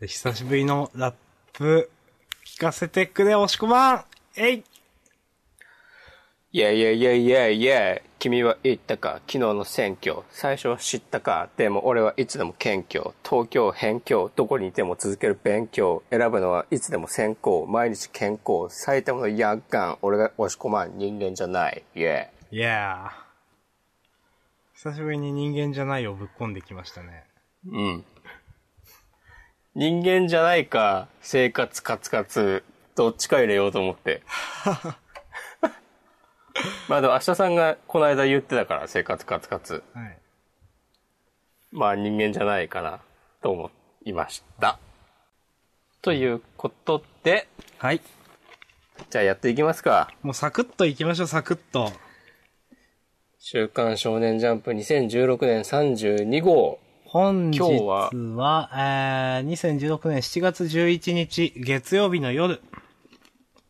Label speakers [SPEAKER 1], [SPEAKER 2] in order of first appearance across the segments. [SPEAKER 1] 久しぶりのラップ、聞かせてくれ、押し込まんえい
[SPEAKER 2] いやいやいやいやいや君は言ったか昨日の選挙最初は知ったかでも俺はいつでも謙虚東京辺境どこにいても続ける勉強選ぶのはいつでも先行毎日健康埼玉のヤンガン俺が押し込まん人間じゃないイエー
[SPEAKER 1] いやー。久しぶりに人間じゃないをぶっ込んできましたね。
[SPEAKER 2] うん人間じゃないか生活カツカツどっちか入れようと思って まあでも明日さんがこの間言ってたから生活カツカツ
[SPEAKER 1] はい。
[SPEAKER 2] まあ人間じゃないかなと思いました。ということで、
[SPEAKER 1] はい。
[SPEAKER 2] じゃあやっていきますか。
[SPEAKER 1] もうサクッと行きましょう、サクッと。
[SPEAKER 2] 週刊少年ジャンプ2016年32号。
[SPEAKER 1] 本日は、
[SPEAKER 2] 今日は
[SPEAKER 1] えー、2016年7月11日、月曜日の夜。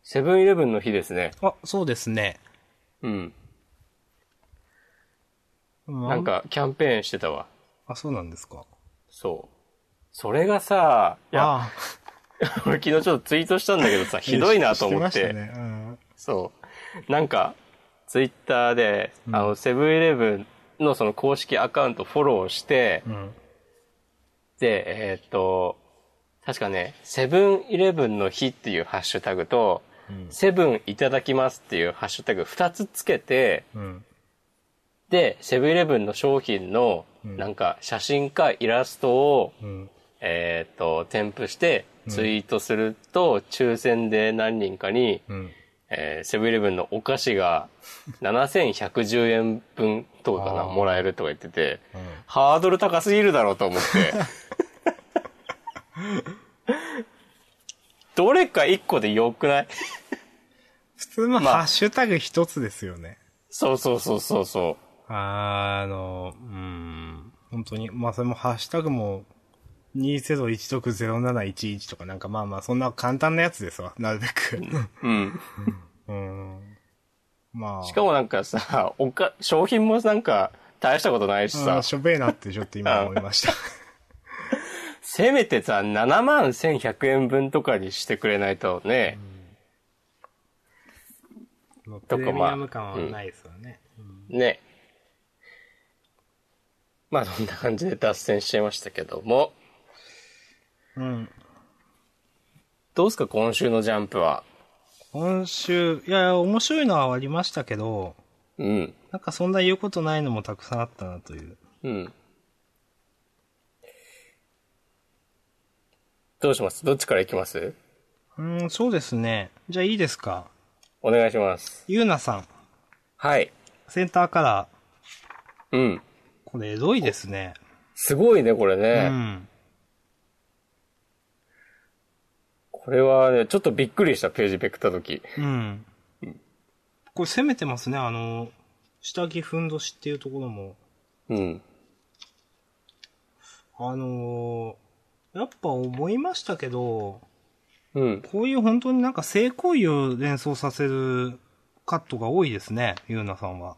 [SPEAKER 2] セブンイレブンの日ですね。
[SPEAKER 1] あ、そうですね。
[SPEAKER 2] うん。
[SPEAKER 1] な
[SPEAKER 2] なん。かキャンペーンしてたわ。
[SPEAKER 1] あ、そうなんですか。
[SPEAKER 2] そう。それがさ、いや、
[SPEAKER 1] あー、
[SPEAKER 2] 俺昨日ちょっとツイートしたんだけ どさ、ひどいなと思っ
[SPEAKER 1] して
[SPEAKER 2] て。
[SPEAKER 1] ましたねうん
[SPEAKER 2] そう。なんか、ツイッターで、
[SPEAKER 1] うん
[SPEAKER 2] あの、セブンイレブンのその公式アカウントフォローして、
[SPEAKER 1] うん。
[SPEAKER 2] で、えーっと、確かね、セブンイレブンの日っていうハッシュタグ
[SPEAKER 1] う
[SPEAKER 2] と、
[SPEAKER 1] ん
[SPEAKER 2] セブンいただきますっていうハッシュタグ2つつけて、
[SPEAKER 1] うん。
[SPEAKER 2] で、セブンイレブンの商品の、
[SPEAKER 1] ん
[SPEAKER 2] なんか写真かイラストを、
[SPEAKER 1] うん。
[SPEAKER 2] えーっと、添付して、ツイートすると、抽選で何人かに、
[SPEAKER 1] うん。
[SPEAKER 2] えーセブンイレブンのお菓子が7110円分とかかな、
[SPEAKER 1] あー
[SPEAKER 2] もらえるとか言ってて、
[SPEAKER 1] うん
[SPEAKER 2] ハードル高すぎるだろうと思って。どれか一個でよくない
[SPEAKER 1] 普通の
[SPEAKER 2] まあ
[SPEAKER 1] ハッシュタグ一つですよね。
[SPEAKER 2] そうそうそうそうそ
[SPEAKER 1] あの、うん。本当に、まあ、それもハッシュタグも、20160711とかなんかまあまあそんな簡単なやつですわ、なるべ く。
[SPEAKER 2] う。うん。
[SPEAKER 1] うん。まあ。
[SPEAKER 2] しかもなんかさ、おか、商品もなんか大したことないし
[SPEAKER 1] あ
[SPEAKER 2] さ
[SPEAKER 1] ー、しょべえなってちょっと今思いま した。
[SPEAKER 2] せめてさ、7万1100円分とかにしてくれないとね、
[SPEAKER 1] プ
[SPEAKER 2] プ
[SPEAKER 1] レ
[SPEAKER 2] レ
[SPEAKER 1] ミ
[SPEAKER 2] ミ
[SPEAKER 1] ア
[SPEAKER 2] ア
[SPEAKER 1] ム
[SPEAKER 2] ム
[SPEAKER 1] 感
[SPEAKER 2] 感
[SPEAKER 1] は
[SPEAKER 2] は
[SPEAKER 1] な
[SPEAKER 2] ない
[SPEAKER 1] ですよね。
[SPEAKER 2] ね。まあそんな感じで脱線しちゃいましたけども、
[SPEAKER 1] うん。
[SPEAKER 2] どうですか今週のジャンプは。
[SPEAKER 1] 今週、いやいや、面白いのはありましたけど、
[SPEAKER 2] うん。
[SPEAKER 1] なんかそんな言うことないのもたくさんあったなという。
[SPEAKER 2] うん。どうしますどっちから行きます
[SPEAKER 1] うん、そうですね。じゃあいいですか。
[SPEAKER 2] お願いします。
[SPEAKER 1] ゆうなさん、
[SPEAKER 2] はい。
[SPEAKER 1] センターカラー、
[SPEAKER 2] うん。
[SPEAKER 1] これエロいですね。
[SPEAKER 2] すごいね、これ
[SPEAKER 1] う
[SPEAKER 2] ね。
[SPEAKER 1] ん。
[SPEAKER 2] これはね、ちょっとびっくりした、ページめくった時。
[SPEAKER 1] うん。これ攻めてますね、あの、下着ふんどしっていうところも。
[SPEAKER 2] うん。
[SPEAKER 1] あのーやっぱ思いましたけど、
[SPEAKER 2] うん。
[SPEAKER 1] こういう本当になんか性行為を連想させるカットが多いですね、ゆうなさんは。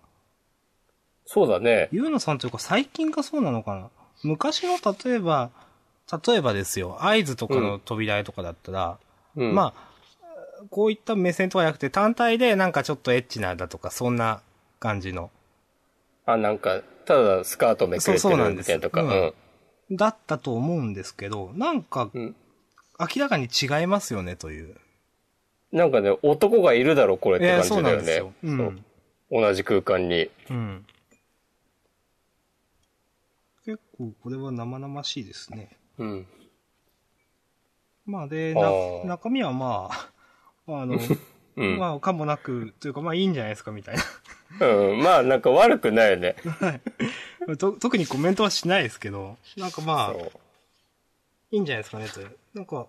[SPEAKER 2] そうだね。
[SPEAKER 1] ゆうなさんというか最近がそうなのかな昔の例えば、例えばですよ、合図とかの扉絵とかだったら、
[SPEAKER 2] うん。
[SPEAKER 1] まあ、こういった目線とかじゃなくて単体でなんかちょっとエッチなんだとか、そんな感じの、
[SPEAKER 2] あ、なんか、ただスカートめくれて
[SPEAKER 1] そうそうな
[SPEAKER 2] る
[SPEAKER 1] んで
[SPEAKER 2] み
[SPEAKER 1] す
[SPEAKER 2] たいなとか。
[SPEAKER 1] う
[SPEAKER 2] うんん。
[SPEAKER 1] だったと思うんですけど、なんか
[SPEAKER 2] うん。
[SPEAKER 1] 明らかに違いますよねという。
[SPEAKER 2] なんかね、男がいるだろ、これって
[SPEAKER 1] え
[SPEAKER 2] 感
[SPEAKER 1] ー
[SPEAKER 2] じ
[SPEAKER 1] そう
[SPEAKER 2] だ
[SPEAKER 1] なん
[SPEAKER 2] よ
[SPEAKER 1] ですよ
[SPEAKER 2] ね。。
[SPEAKER 1] う
[SPEAKER 2] そ
[SPEAKER 1] ん
[SPEAKER 2] う。同じ空間に。
[SPEAKER 1] うん。結構これは生々しいですね。
[SPEAKER 2] うん。
[SPEAKER 1] まあで、
[SPEAKER 2] あ
[SPEAKER 1] な
[SPEAKER 2] ー
[SPEAKER 1] 中身はまあ、 あの、
[SPEAKER 2] うん。
[SPEAKER 1] まあかもなく、というかまあいいんじゃないですかみたい
[SPEAKER 2] うん、まあなんか悪くないよね。
[SPEAKER 1] な。 と特にコメントはしないですけど、なんかまあ、いいんじゃないですかねという。なんか、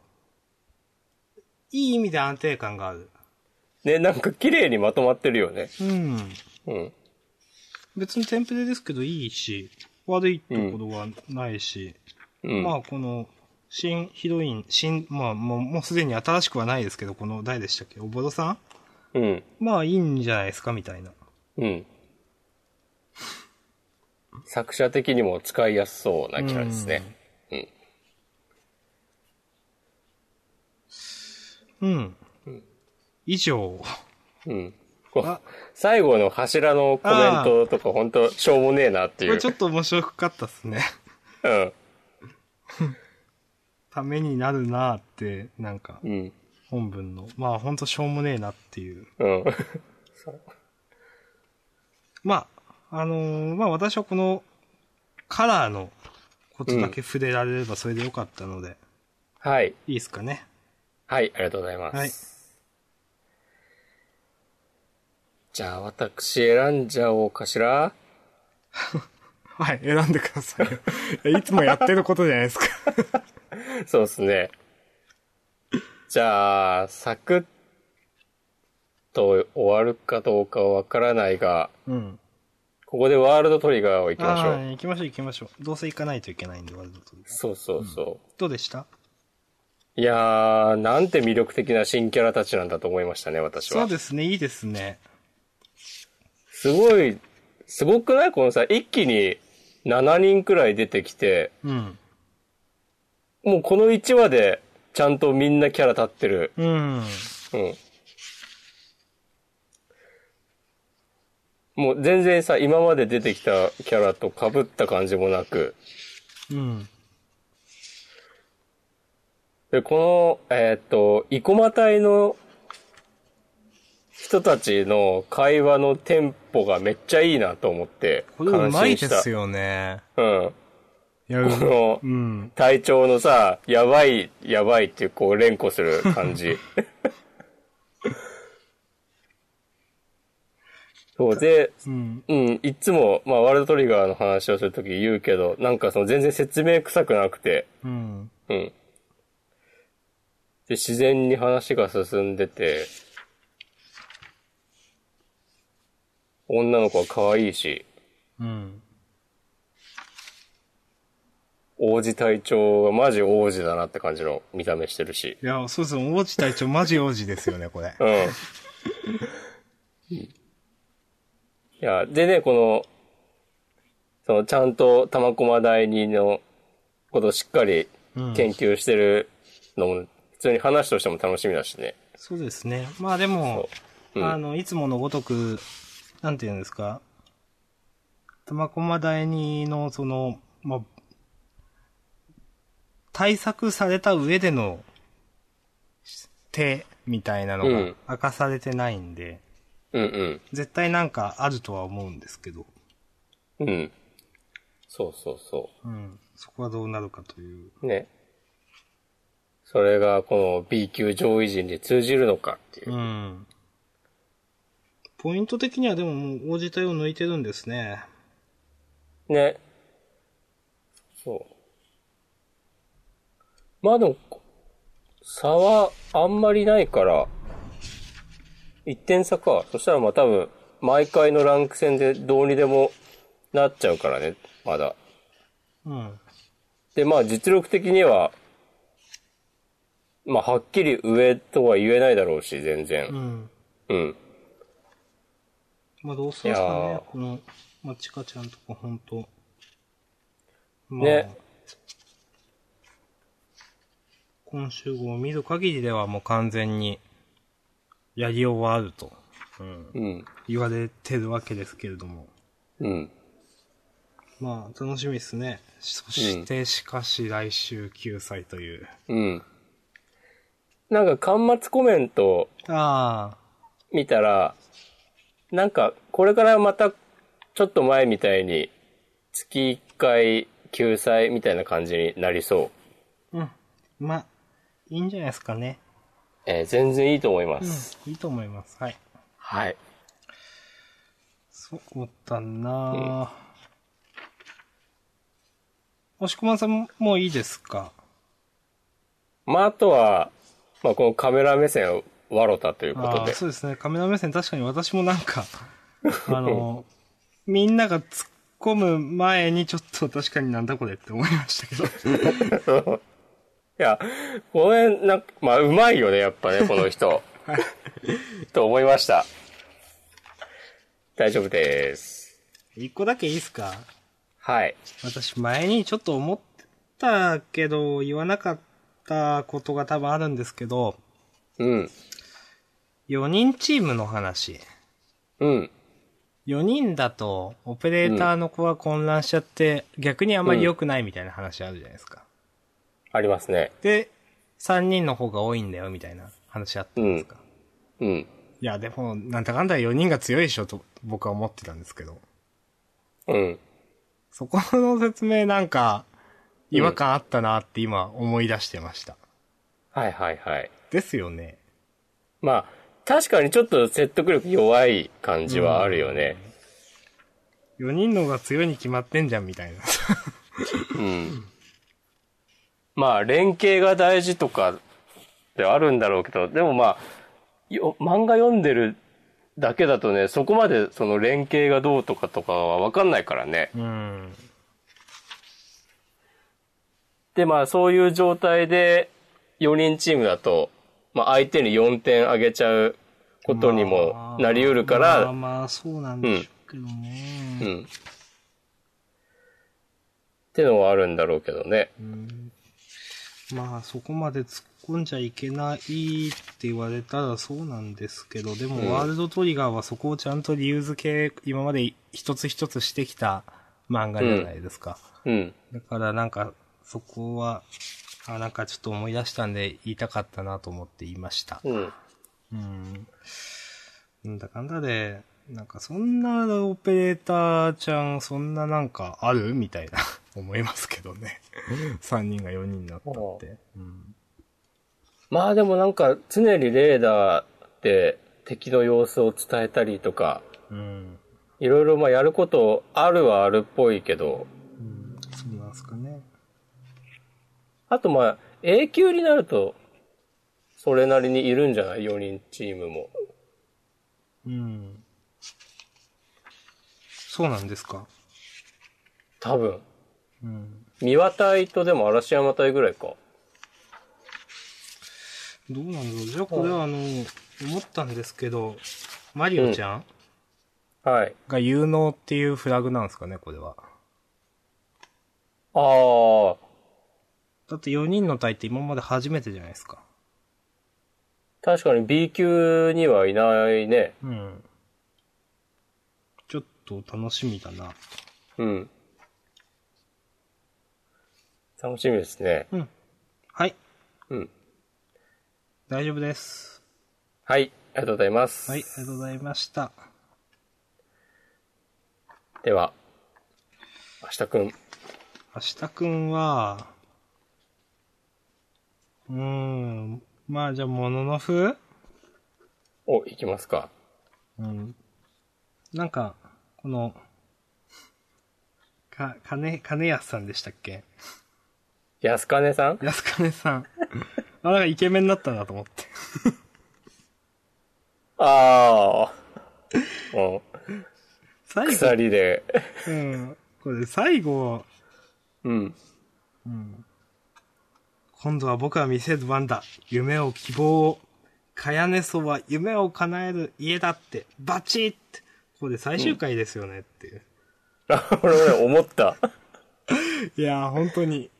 [SPEAKER 1] いい意味で安定感がある。
[SPEAKER 2] ね、なんか綺麗にまとまってるよね。
[SPEAKER 1] うん。
[SPEAKER 2] うん。
[SPEAKER 1] 別にテンプレですけどいいし、悪いところはないし、
[SPEAKER 2] うん。
[SPEAKER 1] まあこの、新ヒロイン、新、まあもうもうすでに新しくはないですけど、この誰でしたっけおぼろさん
[SPEAKER 2] うん。
[SPEAKER 1] まあいいんじゃないですかみたいな。
[SPEAKER 2] うん。作者的にも使いやすそうなキャラですね。うん。
[SPEAKER 1] うん。以上。
[SPEAKER 2] うん。こう
[SPEAKER 1] あ
[SPEAKER 2] 最後の柱のコメントとか本当しょうもねえなっ
[SPEAKER 1] こ
[SPEAKER 2] ていう。
[SPEAKER 1] れちょっと面白かったっすね。
[SPEAKER 2] うん。
[SPEAKER 1] ためになるなーって、なんか、
[SPEAKER 2] うん。
[SPEAKER 1] 本文の。まあ、ほんとしょうもねえなっていう。
[SPEAKER 2] うん。
[SPEAKER 1] まあ、あのーまあ私はこの、カラーのことだけ触れられればそれでよかったので、
[SPEAKER 2] はい。
[SPEAKER 1] いいですかね。
[SPEAKER 2] はい、ありがとうございます。
[SPEAKER 1] はい
[SPEAKER 2] じゃあ、私選んじゃおうかしら
[SPEAKER 1] はい、選んでください。いやいつもやってることじゃないですか。
[SPEAKER 2] そうですね。じゃあ、サクッと終わるかどうかはわからないが、
[SPEAKER 1] うん。
[SPEAKER 2] ここでワールドトリガーを行きましょ
[SPEAKER 1] あ
[SPEAKER 2] う。
[SPEAKER 1] ー行きましょう行きましょう。どうせ行かないといけないんで、ワールドトリガー
[SPEAKER 2] そうそうそう。
[SPEAKER 1] どうでした
[SPEAKER 2] いやー、なんて魅力的な新キャラたちなんだと思いましたね、私
[SPEAKER 1] そう
[SPEAKER 2] は。
[SPEAKER 1] ですね、いいですね。
[SPEAKER 2] すごい、すごくないこのさ、一気に7人くらい出てきて、
[SPEAKER 1] うん。
[SPEAKER 2] もうこの1話で、ちゃんとみんなキャラ立ってる。
[SPEAKER 1] うん。
[SPEAKER 2] うん。もう全然さ、今まで出てきたキャラと被った感じもなく。
[SPEAKER 1] うん。
[SPEAKER 2] で、この、えーっと、生駒隊の人たちの会話のテンポがめっちゃいいなと思って、
[SPEAKER 1] これうまい
[SPEAKER 2] 感心し
[SPEAKER 1] で
[SPEAKER 2] た
[SPEAKER 1] すよね。
[SPEAKER 2] うん。
[SPEAKER 1] いや、
[SPEAKER 2] こ
[SPEAKER 1] う
[SPEAKER 2] の、
[SPEAKER 1] ん。
[SPEAKER 2] 隊長のさ、やばい、やばいっていう、こう、連呼する感 じ。そうで、
[SPEAKER 1] うん。
[SPEAKER 2] うん、いつも、まあ、ワールドトリガーの話をするとき言うけど、なんかその全然説明臭くなくて、
[SPEAKER 1] うん。
[SPEAKER 2] うん。で、自然に話が進んでて、女の子は可愛いし、
[SPEAKER 1] うん。
[SPEAKER 2] 王子隊長はマジ王子だなって感じの見た目してるし。
[SPEAKER 1] いや、そうですね。王子隊長、マジ王子ですよね、これ。
[SPEAKER 2] うん。いや、でね、この、その、ちゃんと玉駒第二のことをしっかり
[SPEAKER 1] うん
[SPEAKER 2] 研究してるのも、普通に話としても楽しみだしね。
[SPEAKER 1] そうですね。まあでも、
[SPEAKER 2] うん
[SPEAKER 1] あの、いつものごとく、なんていうんですか、玉駒第二の、その、まあ、対策された上での手みたいなの
[SPEAKER 2] うん
[SPEAKER 1] が明かされてないんで、
[SPEAKER 2] うん
[SPEAKER 1] 絶対なんかあるとは思うんですけど、
[SPEAKER 2] うん。うん。そうそうそ
[SPEAKER 1] うん、そこはどうなるかという。
[SPEAKER 2] う。ね。それが、この B 級上位陣に通じるのかっていうう。
[SPEAKER 1] ん。ポイント的にはでももう王子隊を抜いてるんですね。
[SPEAKER 2] ね。そう。まあでも、差はあんまりないから、1点差か。そしたらまあ多分、毎回のランク戦でどうにでもなっちゃうからね、まだ。
[SPEAKER 1] うん。
[SPEAKER 2] で、まあ実力的には、まあはっきり上とは言えないだろうし、全
[SPEAKER 1] う
[SPEAKER 2] 然。
[SPEAKER 1] ん。
[SPEAKER 2] うん。
[SPEAKER 1] まあどうするんですか
[SPEAKER 2] いや
[SPEAKER 1] ね
[SPEAKER 2] ー、
[SPEAKER 1] この、まあ、ちかちゃんとかほんと。まあ、
[SPEAKER 2] ね
[SPEAKER 1] 今週号を見る限りではもう完全に、やりようはあると、うん、
[SPEAKER 2] うん。
[SPEAKER 1] 言われてるわけですけれども。
[SPEAKER 2] うん。
[SPEAKER 1] まあ楽しみですね。そして、しかし来週救済という。
[SPEAKER 2] うん。なんか、端末コメント
[SPEAKER 1] ああ、
[SPEAKER 2] 見たら、なんか、これからまた、ちょっと前みたいに、月1回救済みたいな感じになりそう。
[SPEAKER 1] うん。まあ、いいんじゃないですかね。
[SPEAKER 2] えー全然いいと思います。
[SPEAKER 1] うん、いいと思います。はい。
[SPEAKER 2] はい。
[SPEAKER 1] そうだなぁ。押し込まんさんもいいですか
[SPEAKER 2] まあ、あとは、まあ、このカメラ目線をワロタというこ
[SPEAKER 1] あ
[SPEAKER 2] と
[SPEAKER 1] あー
[SPEAKER 2] で。
[SPEAKER 1] そうですね。カメラ目線確かに私もなん か、あの、みんなが突っ込む前にちょっと確かになんだこれって思いましたけど。
[SPEAKER 2] いや、この辺、なんか、まあ、うまいよね、やっぱね、こ の人。と思いました。大丈夫です。
[SPEAKER 1] 一個だけいいですか
[SPEAKER 2] はい。
[SPEAKER 1] 私前にちょっと思ったけど、言わなかったことが多分あるんですけど、
[SPEAKER 2] うん。
[SPEAKER 1] 4人チームの話。
[SPEAKER 2] うん。
[SPEAKER 1] 4人だと、オペレーターの子が混乱しちゃって、逆にあまり良くないみたいな話あるじゃないですか。
[SPEAKER 2] ありますね。
[SPEAKER 1] で、3人の方が多いんだよ、みたいな話あったんですか。
[SPEAKER 2] うん。
[SPEAKER 1] いや、でも、なんだかんだ4人が強いでしょ、と僕は思ってたんですけど。
[SPEAKER 2] うん。
[SPEAKER 1] そこの説明なんか、違和感あったなって今思い出してました。
[SPEAKER 2] はいはいはい。
[SPEAKER 1] ですよね。
[SPEAKER 2] まあ、確かにちょっと説得力弱い感じはあるよね。
[SPEAKER 1] 4人の方が強いに決まってんじゃん、みたいな。
[SPEAKER 2] うん。まあ、連携が大事とかってあるんだろうけど、でもまあ、よ漫画読んでるだけだとね、そこまでその連携がどうとかとかはわかんないからね。
[SPEAKER 1] うん。
[SPEAKER 2] で、まあ、そういう状態で、4人チームだと、まあ、相手に4点あげちゃうことにもなり得るから、
[SPEAKER 1] まあまあ、そうなんでしょうけどね。
[SPEAKER 2] うん。ってのはあるんだろうけどね。
[SPEAKER 1] まあそこまで突っ込んじゃいけないって言われたらそうなんですけど、で
[SPEAKER 2] うん
[SPEAKER 1] もワールドトリガーはそこをちゃんと理由付け、今まで一つ一つしてきた漫画じゃないですか。
[SPEAKER 2] うん。
[SPEAKER 1] だからなんかそこは、あ、なんかちょっと思い出したんで言いたかったなと思って言いました。
[SPEAKER 2] うん。
[SPEAKER 1] うん。なんだかんだで、なんかそんなオペレーターちゃん、そんななんかあるみたいな 思いますけどね。3人が4人になったって。うん。
[SPEAKER 2] まあでもなんか、常にレーダーで敵の様子を伝えたりとか、
[SPEAKER 1] うん。
[SPEAKER 2] いろいろまあやることあるはあるっぽいけど、
[SPEAKER 1] うん、そうなんすかね。
[SPEAKER 2] あとまあ、永久になると、それなりにいるんじゃない ?4 人チームも。
[SPEAKER 1] うん。そうなんですか。
[SPEAKER 2] 多分。
[SPEAKER 1] うん。
[SPEAKER 2] 三輪隊とでも嵐山隊ぐらいか。
[SPEAKER 1] どうなんだろう。じゃあこれはあの、思ったんですけど、マリオちゃん
[SPEAKER 2] はい。
[SPEAKER 1] が有能っていうフラグなんですかね、これは。
[SPEAKER 2] ああ、
[SPEAKER 1] だって4人の隊って今まで初めてじゃないですか。
[SPEAKER 2] 確かに B 級にはいないね。
[SPEAKER 1] うん。ちょっと楽しみだな。
[SPEAKER 2] うん。楽しみですね。
[SPEAKER 1] うん。はい。
[SPEAKER 2] うん。
[SPEAKER 1] 大丈夫です。
[SPEAKER 2] はい。ありがとうございます。
[SPEAKER 1] はい、ありがとうございました。
[SPEAKER 2] では、明日くん。
[SPEAKER 1] 明日くんは、うーん。まあじゃあ、もののふ
[SPEAKER 2] を行きますか。
[SPEAKER 1] うん。なんか、この、か、金、金安さんでしたっけ
[SPEAKER 2] 安金さん
[SPEAKER 1] 安金さん。 あ、なんかイケメンになったなと思って。
[SPEAKER 2] ああ。 うん。
[SPEAKER 1] 最後、
[SPEAKER 2] 鎖で。
[SPEAKER 1] うん。これ最後、
[SPEAKER 2] うん。
[SPEAKER 1] 今度は僕は見せる番だ。夢を希望を。かやねそは夢を叶える家だって。バチッって。ここで最終回ですよねっていう。
[SPEAKER 2] あ俺もね、思った。
[SPEAKER 1] いやー、本当に。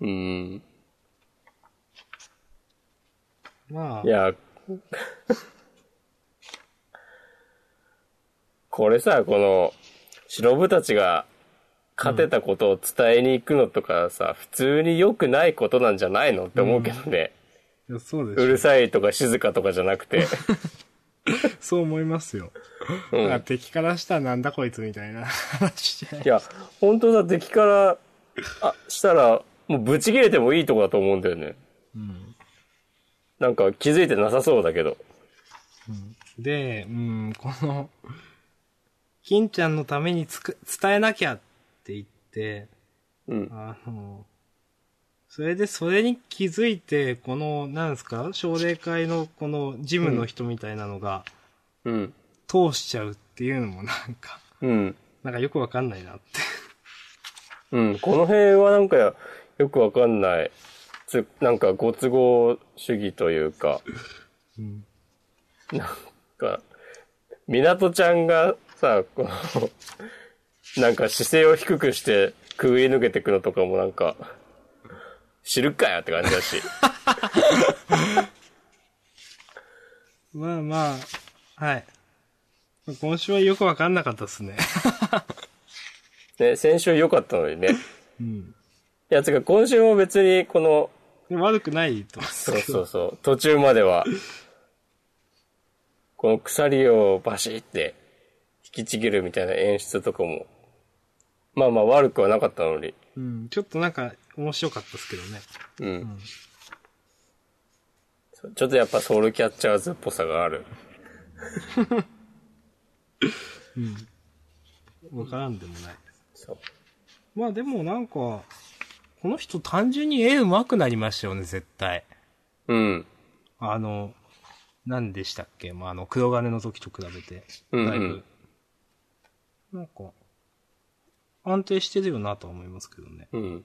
[SPEAKER 2] うん。
[SPEAKER 1] まあ
[SPEAKER 2] い、や、これさ、この、忍ぶたちが勝てたことを伝えに行くのとかさ、普通に良くないことなんじゃないのって思うけどね。
[SPEAKER 1] いやそう
[SPEAKER 2] う
[SPEAKER 1] で
[SPEAKER 2] るさいとか静かとかじゃなく て。
[SPEAKER 1] す。そう思いますよ。
[SPEAKER 2] うん
[SPEAKER 1] なんか敵からしたらなんだこいつみたいな話じゃない
[SPEAKER 2] いや、本当だ、敵から、あ、したら、もうブチ切れてもいいとこだと思うんだよね。なんか気づいてなさそうだけど。
[SPEAKER 1] で、うん、この、金ちゃんのためにつく伝えなきゃって言って、
[SPEAKER 2] うん。
[SPEAKER 1] あの、それで、それに気づいて、この、なんですか、奨励会のこのジムの人みたいなのが、
[SPEAKER 2] うん。
[SPEAKER 1] 通しちゃうっていうのもなんか、
[SPEAKER 2] うん。
[SPEAKER 1] なんかよくわかんないなって。
[SPEAKER 2] うん。この辺はなんか、よくわかんない。つ、なんか、ご都合主義というか、
[SPEAKER 1] うん。
[SPEAKER 2] が、港ちゃんがさ、この、 なんか姿勢を低くして、くぐり抜けてくのとかもなんか、知るかよって感じだし。
[SPEAKER 1] まあまあ、はい。今週はよくわかんなかったですね。
[SPEAKER 2] ね、先週良かったのにね。
[SPEAKER 1] うん。
[SPEAKER 2] いや、つうか今週も別にこの、
[SPEAKER 1] 悪くないと思
[SPEAKER 2] そうそうそう、途中までは、この鎖をバシって引きちぎるみたいな演出とかも、まあまあ悪くはなかったのに。
[SPEAKER 1] う。うん。ちょっとなんか面白かったですけどね。
[SPEAKER 2] うん。そうちょっとやっぱソウルキャッチャーズっぽさがある。
[SPEAKER 1] わからんでもない。
[SPEAKER 2] そう。
[SPEAKER 1] まあでもなんか、この人単純に絵上手くなりましたよね、絶対。
[SPEAKER 2] うん。
[SPEAKER 1] あの、何でしたっけまあ、あの、黒金の時と比べて。
[SPEAKER 2] うんうん
[SPEAKER 1] だいぶ。なんか、安定してるよなとは思いますけどね。
[SPEAKER 2] うん。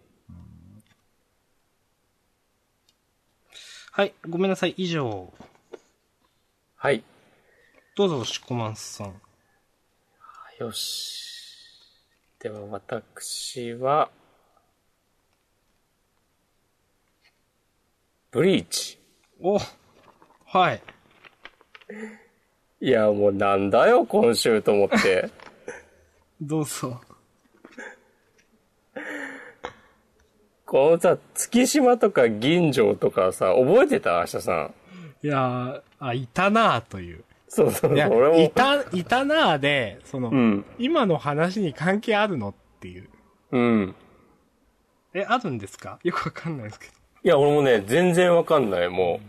[SPEAKER 1] はい、ごめんなさい、以上。
[SPEAKER 2] はい。
[SPEAKER 1] どうぞ、しこまんさん。
[SPEAKER 2] よし。では私は、ブリーチ。
[SPEAKER 1] おはい。
[SPEAKER 2] いや、もうなんだよ、今週と思って。
[SPEAKER 1] どうぞ。
[SPEAKER 2] このさ、月島とか銀城とかさ、覚えてた明日さん。
[SPEAKER 1] いやー、あ、いたなぁという。
[SPEAKER 2] そうそうそう、
[SPEAKER 1] いや、
[SPEAKER 2] 俺も。
[SPEAKER 1] いた、いたなぁで、その、
[SPEAKER 2] うん。
[SPEAKER 1] 今の話に関係あるのっていう。
[SPEAKER 2] うん。
[SPEAKER 1] え、あるんですかよくわかんないですけど。
[SPEAKER 2] いや、俺もね、全然わかんない、も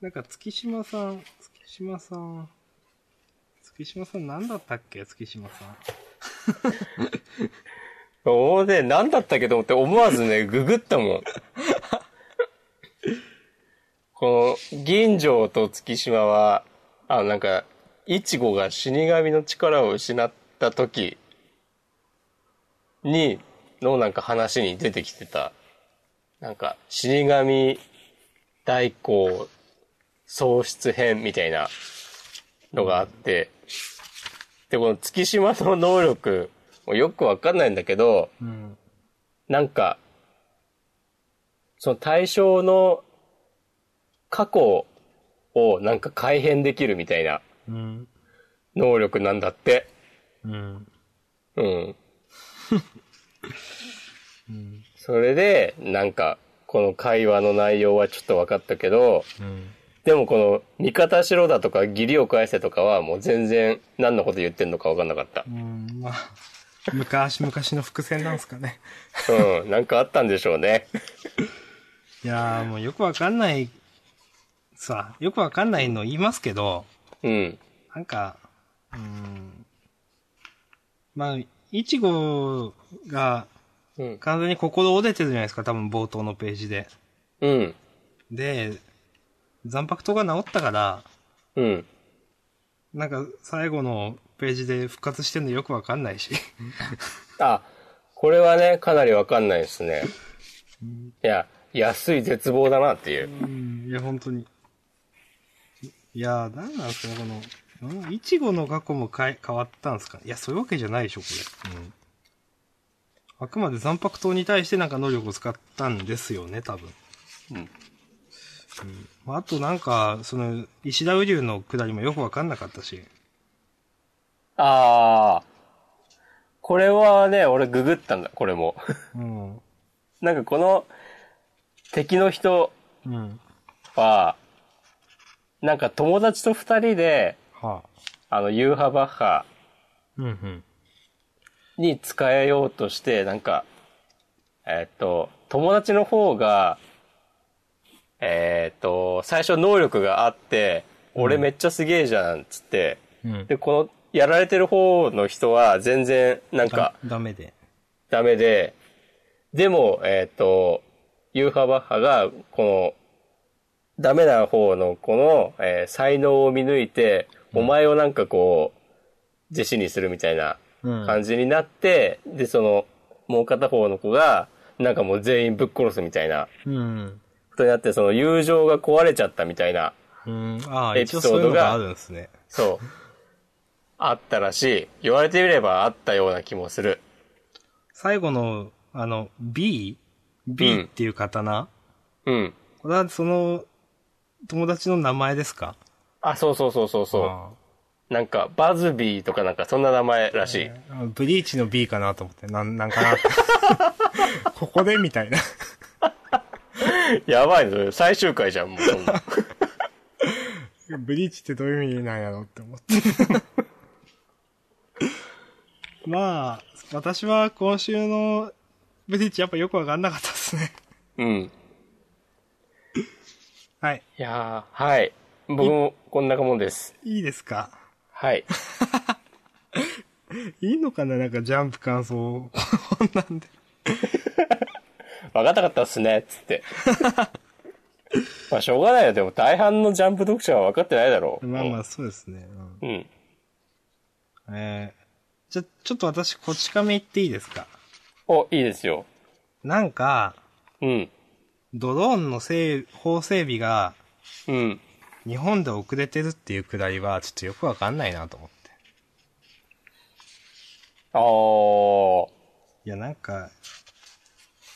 [SPEAKER 1] なんか月島さん、月島さん、月島さん何だったっけ月島さん。
[SPEAKER 2] う。俺ね、何だったっけと思って思わずね、ググったもん。この、銀城と月島は、あ、なんか、いちごが死神の力を失った時に、のなんか話に出てきてた。なんか、死神代行喪失編みたいなのがあって、で、この月島の能力、よくわかんないんだけど、
[SPEAKER 1] うん。
[SPEAKER 2] なんか、その対象の過去をなんか改変できるみたいな
[SPEAKER 1] うん。
[SPEAKER 2] 能力なんだって。
[SPEAKER 1] うん。
[SPEAKER 2] うん。それで、なんか、この会話の内容はちょっと分かったけど、
[SPEAKER 1] うん。
[SPEAKER 2] でもこの、味方しろだとか、義理を返せとかは、もう全然、何のこと言ってんのか分かんなかった
[SPEAKER 1] う。ん、まあ、昔々の伏線なんですかね。
[SPEAKER 2] うん、なんかあったんでしょうね。
[SPEAKER 1] いやーもうよくわかんない、さ、よくわかんないの言いますけど、
[SPEAKER 2] うん。
[SPEAKER 1] なんか、うん。まあ、いちごが
[SPEAKER 2] うん。
[SPEAKER 1] 完全に心折れてるじゃないですか、多分冒頭のページで。
[SPEAKER 2] うん。
[SPEAKER 1] で、残白刀が治ったから、
[SPEAKER 2] うん。
[SPEAKER 1] なんか最後のページで復活してんのよくわかんないし。
[SPEAKER 2] あ、これはね、かなり分かんないですね。いや、安い絶望だなっていう。
[SPEAKER 1] うん、いや、本当に。いやー、なんなんですかね、この、うんいちごの過去も変え変わったんですかいや、そういうわけじゃないでしょ、これ。うん。あくまで残白刀に対してなんか能力を使ったんですよね、多分。
[SPEAKER 2] うん
[SPEAKER 1] まあ、あとなんか、その、石田雨竜の下りもよくわかんなかったし。
[SPEAKER 2] ああ。これはね、俺ググったんだ、これも。
[SPEAKER 1] うん。
[SPEAKER 2] なんかこの敵の人
[SPEAKER 1] うん。
[SPEAKER 2] は、なんか友達と二人で、
[SPEAKER 1] はあ。
[SPEAKER 2] あの、ユーハバッハ
[SPEAKER 1] うんうん。
[SPEAKER 2] に使えようとして、なんか、えーっと、友達の方が、えーっと、最初能力があって、俺めっちゃすげえじゃん、つって、
[SPEAKER 1] うん。
[SPEAKER 2] で、この、やられてる方の人は全然、なんか
[SPEAKER 1] だ、ダメで。
[SPEAKER 2] ダメで、でも、えっ、と、ユーハバッハが、この、ダメな方の、この、えー才能を見抜いて、お前をなんかこう、弟子にするみたいな
[SPEAKER 1] うん
[SPEAKER 2] 感じになって、で、その、もう片方の子が、なんかもう全員ぶっ殺すみたいな
[SPEAKER 1] うん。
[SPEAKER 2] ことになって、その友情が壊れちゃったみたいな、
[SPEAKER 1] うん。ああ、
[SPEAKER 2] エピ
[SPEAKER 1] 一応
[SPEAKER 2] ソード
[SPEAKER 1] そういうの
[SPEAKER 2] が
[SPEAKER 1] があるんですね。
[SPEAKER 2] そう、 あったらしい。言われてみればあったような気もする。
[SPEAKER 1] 最後の、あの、B?
[SPEAKER 2] うん
[SPEAKER 1] B っていう刀、
[SPEAKER 2] うん。
[SPEAKER 1] これはその、友達の名前ですか
[SPEAKER 2] あ、そうそうそうそうそう。なんか、バズビーとかなんか、そんな名前らしい。
[SPEAKER 1] あのブリーチの B かなと思って、なん、なんか なってここでみたいな。
[SPEAKER 2] やばいぞ、最終回じゃん、もうそんな。
[SPEAKER 1] ブリーチってどういう意味なんやろって思って。 まあ、私は今週のブリーチやっぱよくわかんなかったですね。
[SPEAKER 2] うん。
[SPEAKER 1] はい。
[SPEAKER 2] いやー、はい。僕もこんなもんです。
[SPEAKER 1] いいですか
[SPEAKER 2] はい。
[SPEAKER 1] いいのかななんかジャンプ感想。こんなんで。
[SPEAKER 2] わかんなかったっすね、つって。 まあ、しょうがないよ。でも、大半のジャンプ読者は分かってないだろう。
[SPEAKER 1] まあまあ、そうですね。うん
[SPEAKER 2] うん。
[SPEAKER 1] えー、じゃ、ちょっと私、こち亀言っていいですか
[SPEAKER 2] お、いいですよ。
[SPEAKER 1] なんか、
[SPEAKER 2] うん。
[SPEAKER 1] ドローンのせい法整備が
[SPEAKER 2] うん。
[SPEAKER 1] 日本で遅れてるっていうくだりは、ちょっとよくわかんないなと思って。
[SPEAKER 2] あー。
[SPEAKER 1] いや、なんか、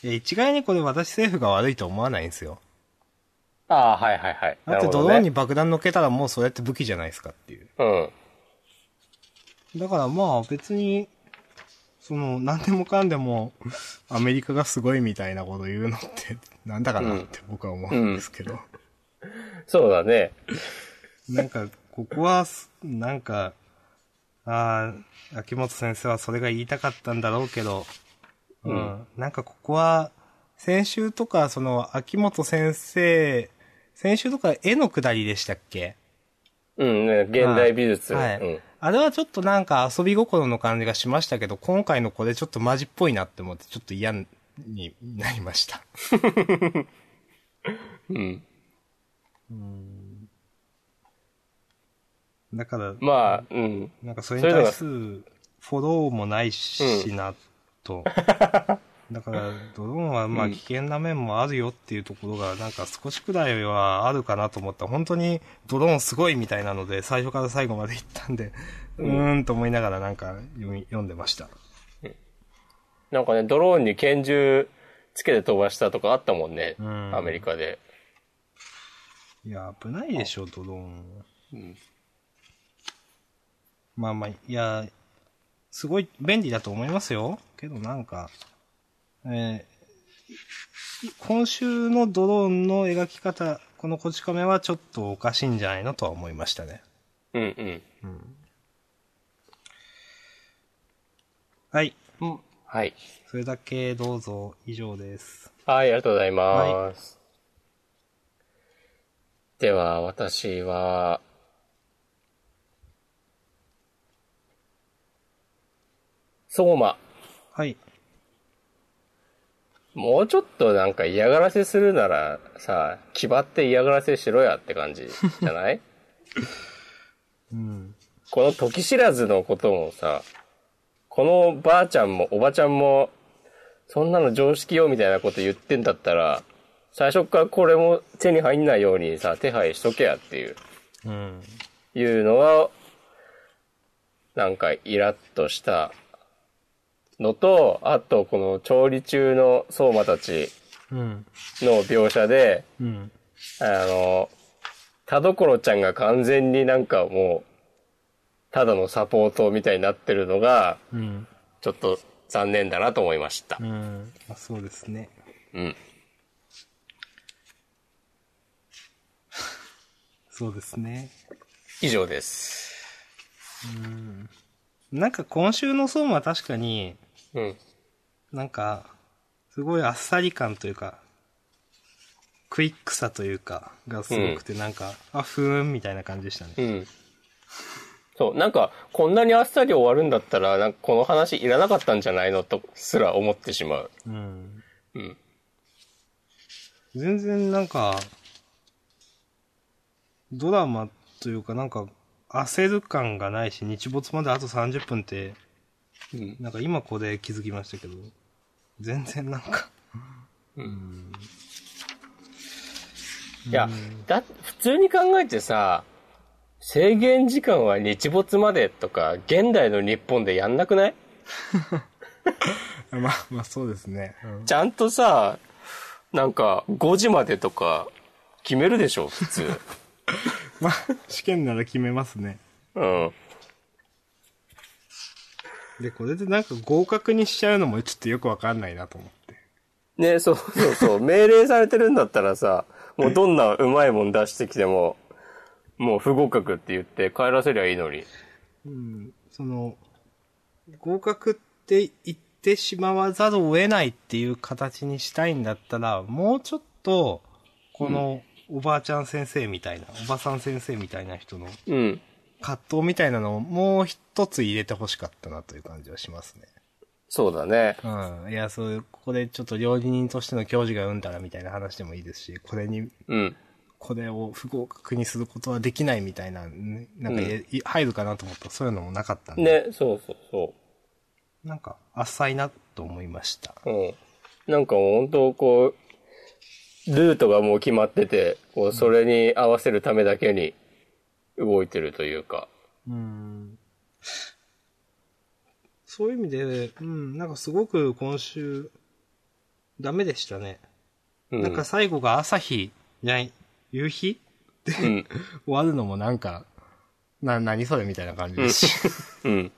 [SPEAKER 1] いや一概にこれ私政府が悪いと思わないんですよ。
[SPEAKER 2] あー、はいはいはい。
[SPEAKER 1] だって
[SPEAKER 2] なる
[SPEAKER 1] ドロ
[SPEAKER 2] ほどね
[SPEAKER 1] ーンに爆弾乗っけたらもうそれって武器じゃないですかっていう。
[SPEAKER 2] うん。
[SPEAKER 1] だからまあ別に、その、何でもかんでも、アメリカがすごいみたいなこと言うのって、なんだかなって僕は思うんですけど。
[SPEAKER 2] そうだね。
[SPEAKER 1] なんか、ここはす、なんか、ああ、秋元先生はそれが言いたかったんだろうけど、うん。なんかここは、先週とか、その、秋元先生、先週とか絵のくだりでしたっけ
[SPEAKER 2] うん、ね、現代美術。
[SPEAKER 1] はい。
[SPEAKER 2] うん。
[SPEAKER 1] あれはちょっとなんか遊び心の感じがしましたけど、今回のこれちょっとマジっぽいなって思って、ちょっと嫌になりました。
[SPEAKER 2] うん。
[SPEAKER 1] だから、
[SPEAKER 2] まあ、うん。
[SPEAKER 1] なんかそれ
[SPEAKER 2] そう
[SPEAKER 1] に
[SPEAKER 2] いうのが
[SPEAKER 1] 対するフォローもないしな、と。 だから、ドローンはまあ危険な面もあるよっていうところが、なんか少しくらいはあるかなと思った。本当にドローンすごいみたいなので、最初から最後まで行ったんで、うーんと思いながらなんか読み読んでました。
[SPEAKER 2] なんかね、ドローンに拳銃つけて飛ばしたとかあったもんね。
[SPEAKER 1] ん
[SPEAKER 2] アメリカで。
[SPEAKER 1] いや、危ないでしょ、ドローン。まあまあ、いや、すごい便利だと思いますよ。けどなんか、えーい今週のドローンの描き方、このこち亀はちょっとおかしいんじゃないのとは思いましたね。
[SPEAKER 2] うんうん。
[SPEAKER 1] はい。
[SPEAKER 2] うん、はい。
[SPEAKER 1] それだけどうぞ、以上です。
[SPEAKER 2] はい、ありがとうございます。では、私は、相馬。
[SPEAKER 1] はい。
[SPEAKER 2] もうちょっとなんか嫌がらせするならさ、気張って嫌がらせしろやって感じじゃない
[SPEAKER 1] うん。
[SPEAKER 2] この時知らずのこともさ、このばあちゃんもおばちゃんも、そんなの常識よみたいなこと言ってんだったら、最初からこれも手に入んないようにさ、手配しとけやっていう、
[SPEAKER 1] うん。
[SPEAKER 2] いうのは、なんかイラッとしたのと、あとこの調理中の相馬たち
[SPEAKER 1] うん。
[SPEAKER 2] の描写で、
[SPEAKER 1] うん。
[SPEAKER 2] あの、田所ちゃんが完全になんかもう、ただのサポートみたいになってるのが、
[SPEAKER 1] うん。
[SPEAKER 2] ちょっと残念だなと思いました
[SPEAKER 1] う。ん。あそうですね。
[SPEAKER 2] うん。
[SPEAKER 1] そうですね。
[SPEAKER 2] 以上です。
[SPEAKER 1] なんか今週のソームは確かに、
[SPEAKER 2] うん。
[SPEAKER 1] なんか、すごいあっさり感というか、クイックさというか、がすごくて、なんか、あ、ふーんみたいな感じでしたね。
[SPEAKER 2] うん。そう、なんか、こんなにあっさり終わるんだったら、なんかこの話いらなかったんじゃないのとすら思ってしまう。
[SPEAKER 1] うん。
[SPEAKER 2] うん。
[SPEAKER 1] 全然なんか、ドラマというか、なんか、焦る感がないし、日没まであと30分って、
[SPEAKER 2] うん。
[SPEAKER 1] なんか今ここで気づきましたけど、全然なんか、
[SPEAKER 2] いや、だ、普通に考えてさ、制限時間は日没までとか、現代の日本でやんなくない
[SPEAKER 1] まあまあそうですね。
[SPEAKER 2] ちゃんとさ、なんか、5時までとか、決めるでしょ、普 通。
[SPEAKER 1] まあ、試験なら決めますね。
[SPEAKER 2] うん。
[SPEAKER 1] で、これでなんか合格にしちゃうのもちょっとよくわかんないなと思って。
[SPEAKER 2] ね、そうそうそう。命令されてるんだったらさ、もうどんなうまいもん出してきても、もう不合格って言って帰らせりゃいいのに。
[SPEAKER 1] うん、その、合格って言ってしまわざるを得ないっていう形にしたいんだったら、もうちょっと、この、おばあちゃん先生みたいな、おばさん先生みたいな人の
[SPEAKER 2] うん。
[SPEAKER 1] 葛藤みたいなのをもう一つ入れてほしかったなという感じはしますね。
[SPEAKER 2] そうだね。
[SPEAKER 1] うん。いや、そういう、ここでちょっと料理人としての教授が生んだらみたいな話でもいいですし、これに、
[SPEAKER 2] うん。
[SPEAKER 1] これを不合格にすることはできないみたいな、ねなんか、えい入るかなと思ったらそういうのもなかったんで、
[SPEAKER 2] ね、そうそうそ
[SPEAKER 1] なんか、浅いなと思いました。
[SPEAKER 2] う。うん。なんかもう本当こう、ルートがもう決まってて、こうそれに合わせるためだけに動いてるというか。
[SPEAKER 1] うん。そういう意味で、うん、なんかすごく今週、ダメでしたね。
[SPEAKER 2] うん。
[SPEAKER 1] なんか最後が朝日、じゃない、夕日
[SPEAKER 2] うん。
[SPEAKER 1] 終わるのもなんか、な、何それみたいな感じですし。
[SPEAKER 2] うん。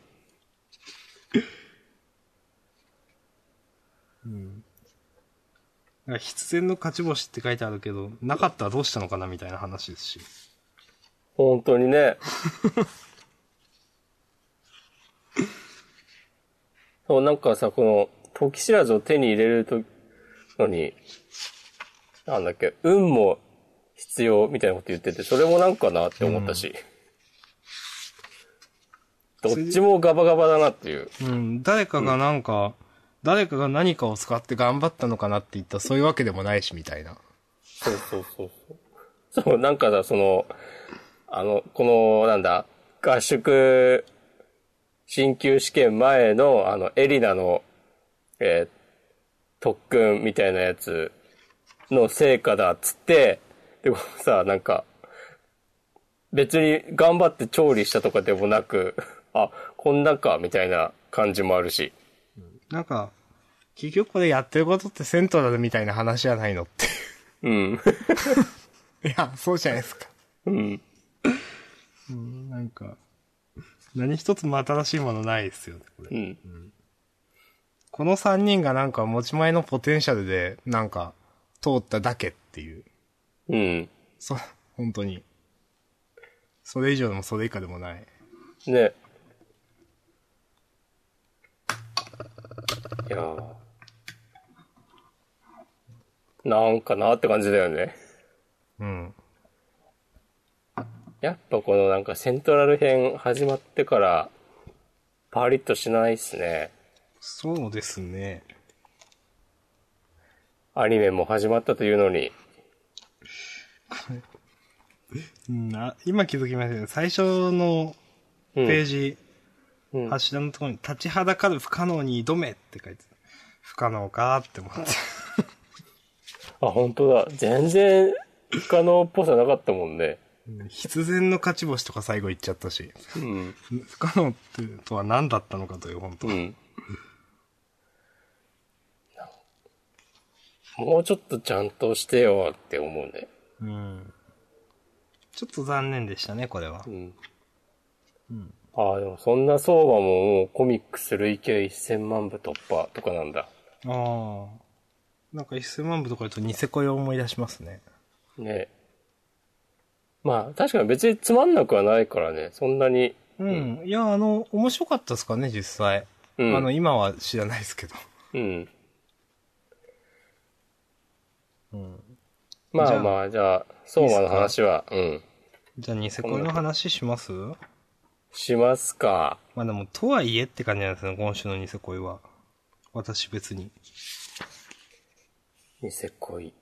[SPEAKER 1] なんか必然の勝ち星って書いてあるけど、なかったらどうしたのかなみたいな話ですし。
[SPEAKER 2] 本当にね。そう、なんかさ、この、時知らずを手に入れるとのに、なんだっけ、運も必要みたいなこと言ってて、それもなんかなって思ったし。どっちもガバガバだなっていう。
[SPEAKER 1] うん、誰かがなんか、誰かが何かを使って頑張ったのかなって言ったらそういうわけでもないし、みたいな。
[SPEAKER 2] そうそうそうそう。そう、なんかさ、その、あの、この、なんだ、合宿、進級試験前の、あの、エリナの、えー特訓みたいなやつの成果だっつって、でもさ、なんか、別に頑張って調理したとかでもなく、あ、こんなんか、みたいな感じもあるし。
[SPEAKER 1] なんか、結局これやってることってセントラルみたいな話じゃないのって。
[SPEAKER 2] うん。
[SPEAKER 1] いや、そうじゃないですか。
[SPEAKER 2] うん。
[SPEAKER 1] うん、なんか、何一つ真新しいものないですよね、これ。
[SPEAKER 2] うん。
[SPEAKER 1] この三人がなんか持ち前のポテンシャルで、なんか、通っただけっていう。
[SPEAKER 2] うん。
[SPEAKER 1] そ、本当に。それ以上でもそれ以下でもない。
[SPEAKER 2] ね。いやーなんかなって感じだよね。
[SPEAKER 1] うん。
[SPEAKER 2] やっぱこのなんかセントラル編始まってから、パリッとしないっすね。
[SPEAKER 1] そうですね。
[SPEAKER 2] アニメも始まったというのに。
[SPEAKER 1] うん、あ今気づきましたけど、最初の
[SPEAKER 2] うん
[SPEAKER 1] ページ、
[SPEAKER 2] うん
[SPEAKER 1] 柱のところに、立ちはだかる不可能に挑めって書いてた。不可能かーって思って。
[SPEAKER 2] あ、本当だ。全然、不可能っぽさなかったもんね。
[SPEAKER 1] うん 必然の勝ち星とか最後言っちゃったし、
[SPEAKER 2] うん。
[SPEAKER 1] 不可能ってとは何だったのかという、本当、
[SPEAKER 2] うん。もうちょっとちゃんとしてよって思うね。
[SPEAKER 1] うん。ちょっと残念でしたね、これは
[SPEAKER 2] う。ん。ああ、でもそんな相場ももうコミックス累計1000万部突破とかなんだ。
[SPEAKER 1] ああ。なんか1000万部とか言うとニセ恋を思い出しますね。
[SPEAKER 2] ねまあ確かに別につまんなくはないからね、そんなに。
[SPEAKER 1] うん。いや、あの、面白かったですかね、実際。
[SPEAKER 2] うん
[SPEAKER 1] あの、今は知らないですけど。
[SPEAKER 2] うん。まあまあ、じゃあ、相場の話は、うん。
[SPEAKER 1] じゃあ、ニセ恋の話します
[SPEAKER 2] しますか。
[SPEAKER 1] まあでも、とはいえって感じなんですね、今週のニセ恋は。私別に。
[SPEAKER 2] ニセ恋。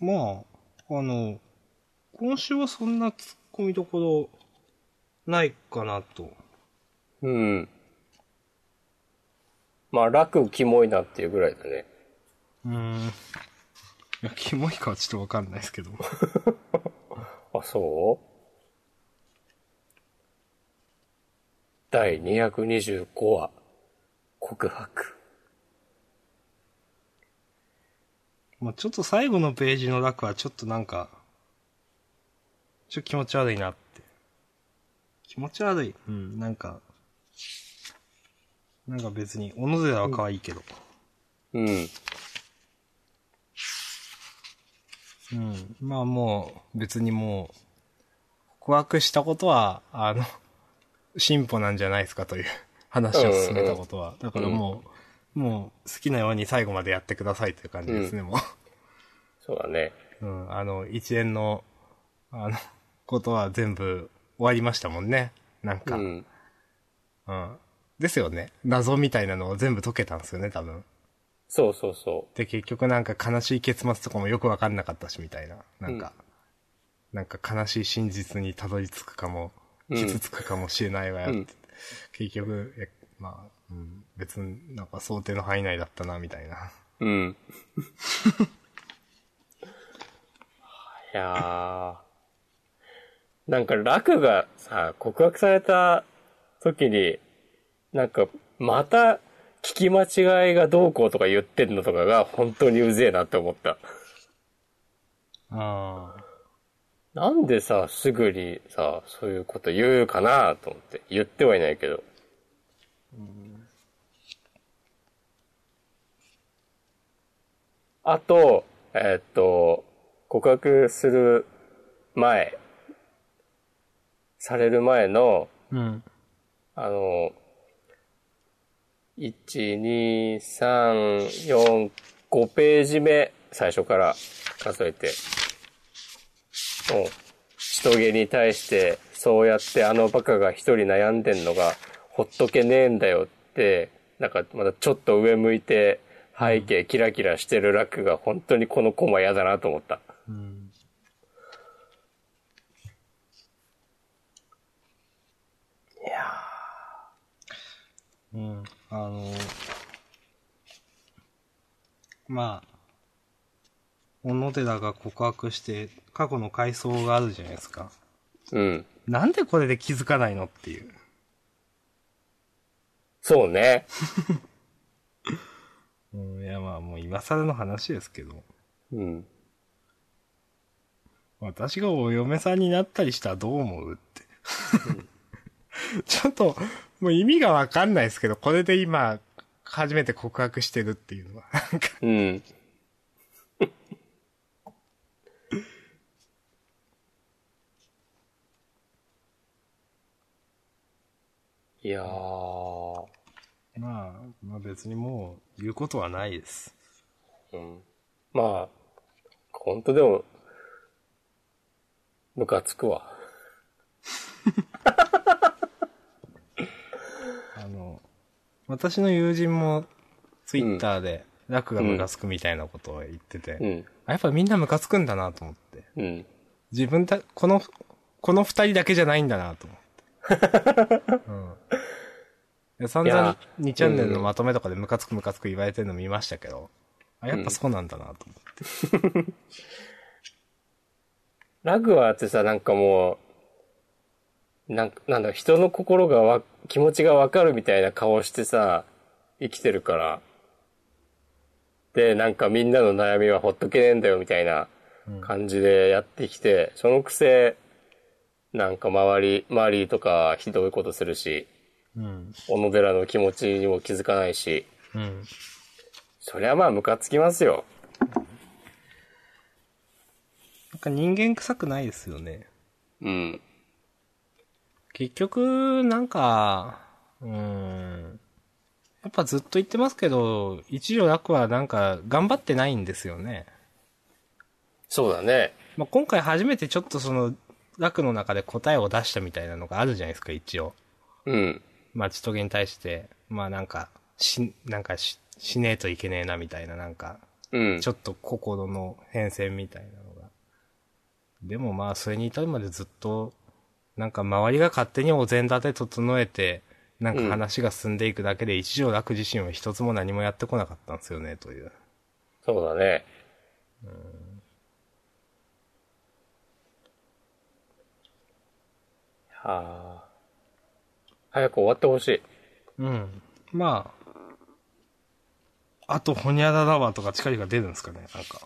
[SPEAKER 1] まあ、あの、今週はそんな突っ込みどころ、ないかなと。
[SPEAKER 2] うん。まあ楽キモいなっていうぐらいだね。
[SPEAKER 1] うーん。いや、キモいかはちょっとわかんないですけど。
[SPEAKER 2] あ、そう第225話、告白。
[SPEAKER 1] まあちょっと最後のページの楽はちょっとなんか、ちょっと気持ち悪いなって。気持ち悪い。うん、なんか、なんか別に、小野寺は可愛いけど。
[SPEAKER 2] うん。
[SPEAKER 1] うん。まあもう、別にもう、告白したことは、あの、進歩なんじゃないですかという話を進めたことは。だからもう、もう好きなように最後までやってくださいという感じですね、も
[SPEAKER 2] そうだね。
[SPEAKER 1] う。うん。あの、一連の、あの、ことは全部終わりましたもんね。なん
[SPEAKER 2] う
[SPEAKER 1] か。うん。
[SPEAKER 2] ん。
[SPEAKER 1] ですよね。謎みたいなのを全部解けたんですよね、多分。
[SPEAKER 2] そうそうそ
[SPEAKER 1] で、結局なんか悲しい結末とかもよくわかんなかったし、みたいな。なんか、なんか悲しい真実にたどり着くかも、
[SPEAKER 2] うん
[SPEAKER 1] 傷つくかもしれないわよって。
[SPEAKER 2] うん
[SPEAKER 1] 結局、えまあ、うん、別になんか想定の範囲内だったな、みたいな。
[SPEAKER 2] う。うん。 いやー。なんか、楽がさ、告白された時に、なんか、また、聞き間違いがどうこうとか言ってんのとかが、本当にうぜえなって思った。
[SPEAKER 1] あ
[SPEAKER 2] なんでさ、すぐにさ、そういうこと言うかなと思って。言ってはいないけど。あと、えーっと、告白する前、される前の、
[SPEAKER 1] あ。うん。
[SPEAKER 2] あの、1、2、3、4、5ページ目、最初から数えて。うん。人毛に対して、そうやってあのバカが一人悩んでんのが、ほっとけねえんだよって、なんかまだちょっと上向いて、背景キラキラしてる楽が本当にこのコマ嫌だなと思った。
[SPEAKER 1] うん。
[SPEAKER 2] いや
[SPEAKER 1] うん。あの、まあ、小野寺が告白して、過去の回想があるじゃないですか。
[SPEAKER 2] うん。
[SPEAKER 1] なんでこれで気づかないのっていう。
[SPEAKER 2] そうね。
[SPEAKER 1] うん、いやまあもう今更の話ですけど、
[SPEAKER 2] うん。
[SPEAKER 1] 私がお嫁さんになったりしたらどう思うって。 ちょっと、もう意味がわかんないですけど、これで今、初めて告白してるっていうのは、なんか、
[SPEAKER 2] うん。 いやー、
[SPEAKER 1] まあ、まあ別にもう言うことはないです。
[SPEAKER 2] うん、まあ、本当でも、ムカつくわ。
[SPEAKER 1] あの、私の友人も、ツイッターで、楽がムカつくみたいなことを言ってて、
[SPEAKER 2] うん、
[SPEAKER 1] あやっぱみんなムカつくんだなと思って。
[SPEAKER 2] うん、
[SPEAKER 1] 自分た、この、この二人だけじゃないんだなと思って。うんいや。散
[SPEAKER 2] い
[SPEAKER 1] 々
[SPEAKER 2] や
[SPEAKER 1] 2チャンネルのまとめとかでムカつくムカつく言われてるの見ましたけど、あ、やっぱそうなんだなと思って。
[SPEAKER 2] ラグはってさ、なんかもう、なんかなんだろう、人の心がわ、気持ちがわかるみたいな顔してさ、生きてるから。で、なんかみんなの悩みはほっとけねえんだよみたいな感じでやってきて、そのくせ、なんか周り、周りとかひどいことするし、
[SPEAKER 1] うん。
[SPEAKER 2] 小野寺の気持ちにも気づかないし、
[SPEAKER 1] うん。
[SPEAKER 2] そりゃまあムカつきますよ。
[SPEAKER 1] なんか人間臭くないですよね。
[SPEAKER 2] うん。
[SPEAKER 1] 結局、なんか、うーん。やっぱずっと言ってますけど、一条楽はなんか頑張ってないんですよね。
[SPEAKER 2] そうだね。
[SPEAKER 1] まあ、今回初めてちょっとその、楽の中で答えを出したみたいなのがあるじゃないですか、一応。
[SPEAKER 2] うん。
[SPEAKER 1] まあ、ちとげに対して、まあなんか、し、なんかし、しねえといけねえなみたいな、なんか、
[SPEAKER 2] うん。
[SPEAKER 1] ちょっと心の変遷みたいなのが。でもまあ、それに至るまでずっと、なんか周りが勝手にお膳立て整えて、なんか話が進んでいくだけで、一条楽自身は一つも何もやってこなかったんですよね、という。
[SPEAKER 2] そうだね。はあ。早く終わってほしい。
[SPEAKER 1] うん。まあ、あと、ほにゃららばとか近々出るんですかねなんか。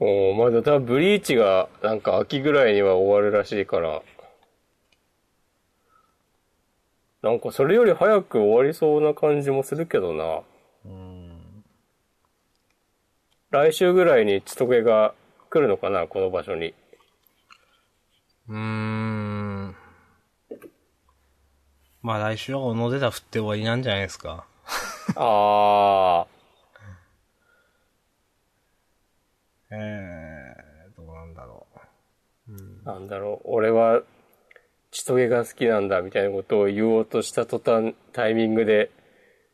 [SPEAKER 2] おおまだ多分ブリーチがなんか秋ぐらいには終わるらしいから。なんかそれより早く終わりそうな感じもするけどな。来週ぐらいに千時が来るのかな、この場所に。
[SPEAKER 1] うーん。まあ来週は小野寺振って終わりなんじゃないですか。
[SPEAKER 2] ああ、
[SPEAKER 1] ええどうなんだろ
[SPEAKER 2] なんだろう、俺は千時が好きなんだみたいなことを言おうとした途端、タイミングで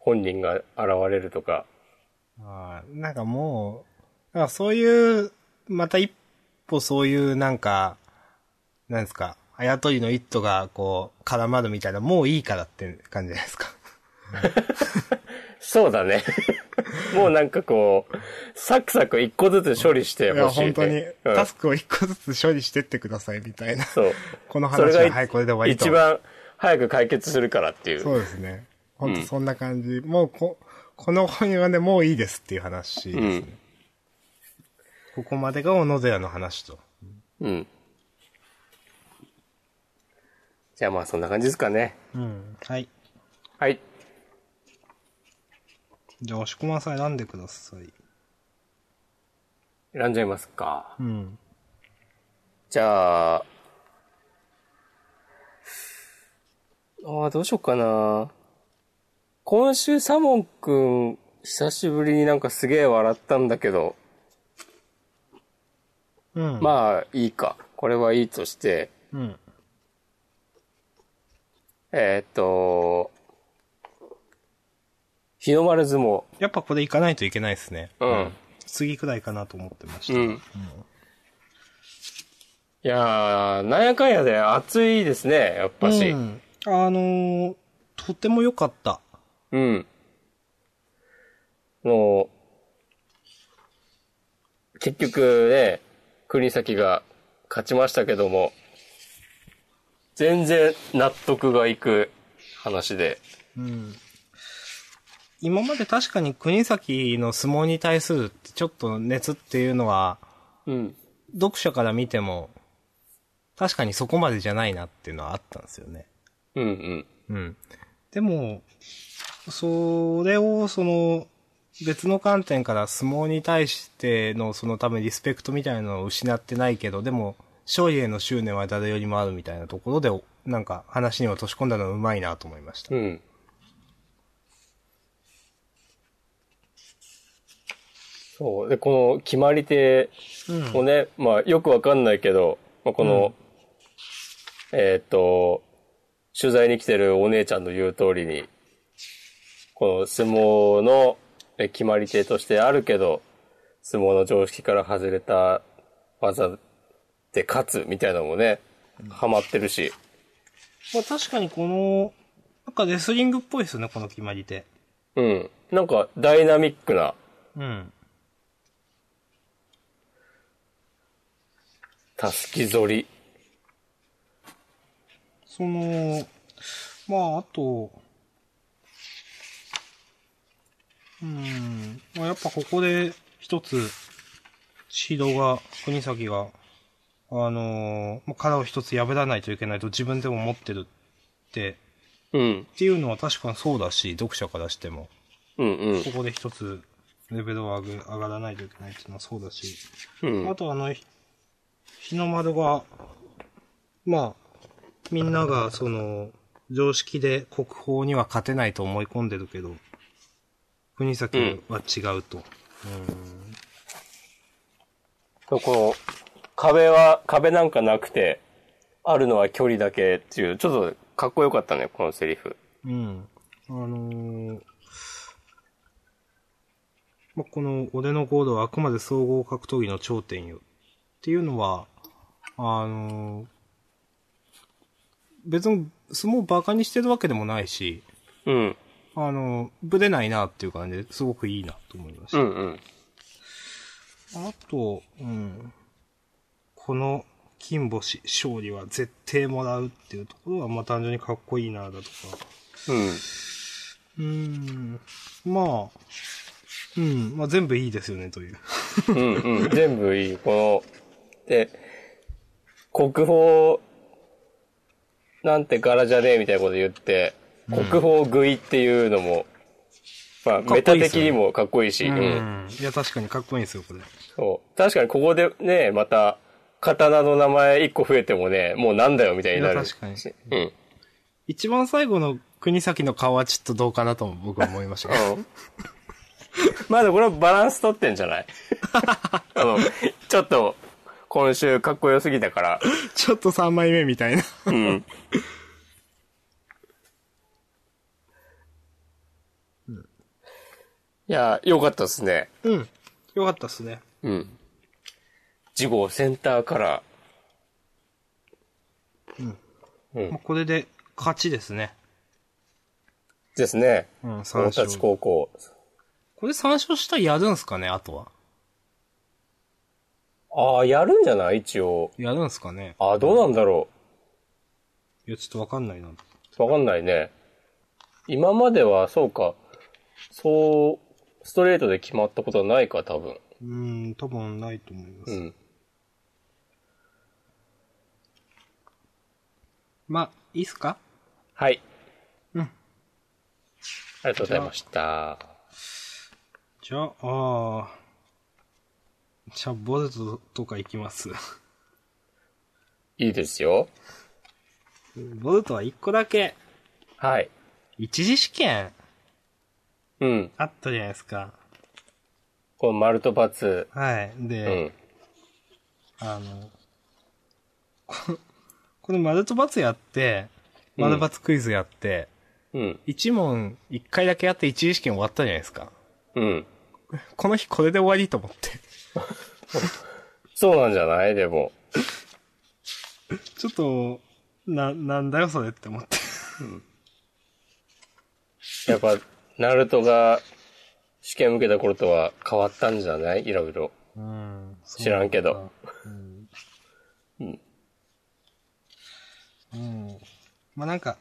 [SPEAKER 2] 本人が現れるとか。
[SPEAKER 1] う。あーなんかもう、なんかそういう、また一歩そういうなんか、なんですか、あやとりの一途がこう、絡まるみたいな、もういいからって感じじゃないですか。
[SPEAKER 2] そうだね。 もうなんかこう、サクサク一個ずつ処理して
[SPEAKER 1] いや、
[SPEAKER 2] ほしい、ね。
[SPEAKER 1] 本当に、
[SPEAKER 2] うん
[SPEAKER 1] タスクを一個ずつ処理してってくださいみたいな。
[SPEAKER 2] そう。
[SPEAKER 1] この
[SPEAKER 2] そ
[SPEAKER 1] 話
[SPEAKER 2] れが
[SPEAKER 1] は、
[SPEAKER 2] い
[SPEAKER 1] はい、これで終わりと。
[SPEAKER 2] 一番早く解決するからっていう。
[SPEAKER 1] そうですね。本当そんな感じ。もうこ、この本はね、もういいですっていう話ですね。ここまでが小野寺の話と。
[SPEAKER 2] うん。じゃあまあそんな感じですかね。
[SPEAKER 1] うん。はい。
[SPEAKER 2] はい。
[SPEAKER 1] じゃあ、押し込まんさん選んでください。
[SPEAKER 2] 選んじゃいますか。
[SPEAKER 1] うん。
[SPEAKER 2] じゃあ、ああ、どうしようかな。今週サモンくん、久しぶりになんかすげえ笑ったんだけど、
[SPEAKER 1] うん。
[SPEAKER 2] まあいいか。これはいいとして、
[SPEAKER 1] うん。
[SPEAKER 2] えーっと、日の丸相撲。
[SPEAKER 1] やっぱこれ行かないといけないですね。
[SPEAKER 2] うん。
[SPEAKER 1] 次くらいかなと思ってまし
[SPEAKER 2] う
[SPEAKER 1] た。
[SPEAKER 2] ん。いやー、なんやかんやで暑いですね、やっぱし。うん。
[SPEAKER 1] ん、あのー、とても良かった。
[SPEAKER 2] もう、結局ね、国崎が勝ちましたけども、全然納得がいく話で。
[SPEAKER 1] うん。今まで確かに国崎の相撲に対するってちょっと熱っていうのは、
[SPEAKER 2] うん。
[SPEAKER 1] 読者から見ても、確かにそこまでじゃないなっていうのはあったんですよね。
[SPEAKER 2] うんうん。
[SPEAKER 1] うん。でも、それをその、別の観点から相撲に対してのその多分リスペクトみたいなのを失ってないけど、でも、勝利への執念は誰よりもあるみたいなところで、なんか話に落とし込んだのはうまいなと思いました
[SPEAKER 2] う。ん。そう。で、この決まり手
[SPEAKER 1] うん
[SPEAKER 2] をね、まあよくわかんないけど、まあ、この、えーっと、取材に来てるお姉ちゃんの言う通りに、この相撲のえ決まり手としてあるけど、相撲の常識から外れた技で勝つみたいなのもね、ハマってるし。
[SPEAKER 1] まあ確かにこの、なんかレスリングっぽいですよね、この決まり手。
[SPEAKER 2] うん。なんかダイナミックな
[SPEAKER 1] うん。
[SPEAKER 2] たすき反り。
[SPEAKER 1] その、まああと、うん、まあやっぱここで一つ、指導が、国崎が、あのーまあ殻を一つ破らないといけないと自分でも思ってるって、
[SPEAKER 2] うん。
[SPEAKER 1] っていうのは確かにそうだし、読者からしても。
[SPEAKER 2] うんうん
[SPEAKER 1] こ。こで一つ、レベルを上げ上がらないといけないっていうのはそうだし。
[SPEAKER 2] うん
[SPEAKER 1] あとあの、ひ日の丸が、まあ、みんながその、常識で国宝には勝てないと思い込んでるけど、国崎は違うと。
[SPEAKER 2] そうこの壁は、壁なんかなくて、あるのは距離だけっていう、ちょっとかっこよかったね、このセリフ。
[SPEAKER 1] うん。あのーまあ、この、俺のゴールはあくまで総合格闘技の頂点よ。っていうのは、あのー別に相撲をバカにしてるわけでもないし、
[SPEAKER 2] うん。
[SPEAKER 1] あの、ぶれないなっていう感じですごくいいなと思いまし
[SPEAKER 2] う
[SPEAKER 1] た。
[SPEAKER 2] んうん。
[SPEAKER 1] あと、うん。この金星、勝利は絶対もらうっていうところは、まあ単純にかっこいいなだとか、
[SPEAKER 2] うん。
[SPEAKER 1] うーん。まあ、うん。まあ全部いいですよね、という。
[SPEAKER 2] うんうん。全部いい。この、で、国宝、なんて柄じゃねえみたいなこと言って、国宝食いっていうのも、まあ、
[SPEAKER 1] かっこいいっすよ
[SPEAKER 2] メタ
[SPEAKER 1] ね
[SPEAKER 2] 的にもかっこいいし、うん。
[SPEAKER 1] いや、確かにかっこいいんですよ、これ。
[SPEAKER 2] そう。確かにここでね、また、刀の名前一個増えてもね、もうなんだよみたいになる。
[SPEAKER 1] いや確かに
[SPEAKER 2] うん。
[SPEAKER 1] 一番最後の国崎の顔はちょっとどうかなとも僕は思いましたけど。
[SPEAKER 2] うん。まあでもこれはバランス取ってんじゃないあの、ちょっと、今週かっこよすぎたから、
[SPEAKER 1] ちょっと3枚目みたいな。
[SPEAKER 2] うん。いや、良かったですね。
[SPEAKER 1] うん。よかったっすね。
[SPEAKER 2] うん。次号センターから。
[SPEAKER 1] まあこれで勝ちですね。
[SPEAKER 2] ですね。
[SPEAKER 1] うん、
[SPEAKER 2] 大
[SPEAKER 1] 三
[SPEAKER 2] 立
[SPEAKER 1] 勝。
[SPEAKER 2] 高校。
[SPEAKER 1] これ3勝したらやるんすかね、あとは。
[SPEAKER 2] ああ、やるんじゃない一応。
[SPEAKER 1] やるんすかね。
[SPEAKER 2] ああ、どうなんだろ
[SPEAKER 1] いや、ちょっとわかんないな。
[SPEAKER 2] う。わかんないね。今までは、そうか。そう、ストレートで決まったことはないか、多分。
[SPEAKER 1] うーん、多分ないと思います。
[SPEAKER 2] うん。
[SPEAKER 1] まあ、いいっすか
[SPEAKER 2] はい。
[SPEAKER 1] うん
[SPEAKER 2] ありがとうございました。
[SPEAKER 1] じゃあ、ああ。じゃあ、ボルトとか行きます。
[SPEAKER 2] いいですよ。
[SPEAKER 1] ボルトは1個だけ、
[SPEAKER 2] はい。
[SPEAKER 1] 一次試験
[SPEAKER 2] うん。
[SPEAKER 1] あったじゃないですか。
[SPEAKER 2] この丸と×。
[SPEAKER 1] はい。
[SPEAKER 2] う
[SPEAKER 1] で、
[SPEAKER 2] ん。
[SPEAKER 1] あの、ここの丸と×やって、丸
[SPEAKER 2] うん
[SPEAKER 1] ×クイズやって、
[SPEAKER 2] うん。
[SPEAKER 1] 一問一回だけやって一次試験終わったじゃないですか。
[SPEAKER 2] うん。
[SPEAKER 1] この日これで終わりと思って。
[SPEAKER 2] そうなんじゃないでも。
[SPEAKER 1] ちょっと、な、なんだよそれって思って。
[SPEAKER 2] やっぱ、ナルトが試験受けた頃とは変わったんじゃないいろいろ。
[SPEAKER 1] うん。
[SPEAKER 2] 知らんけど。
[SPEAKER 1] うん。
[SPEAKER 2] うん。
[SPEAKER 1] うん。まあなんか、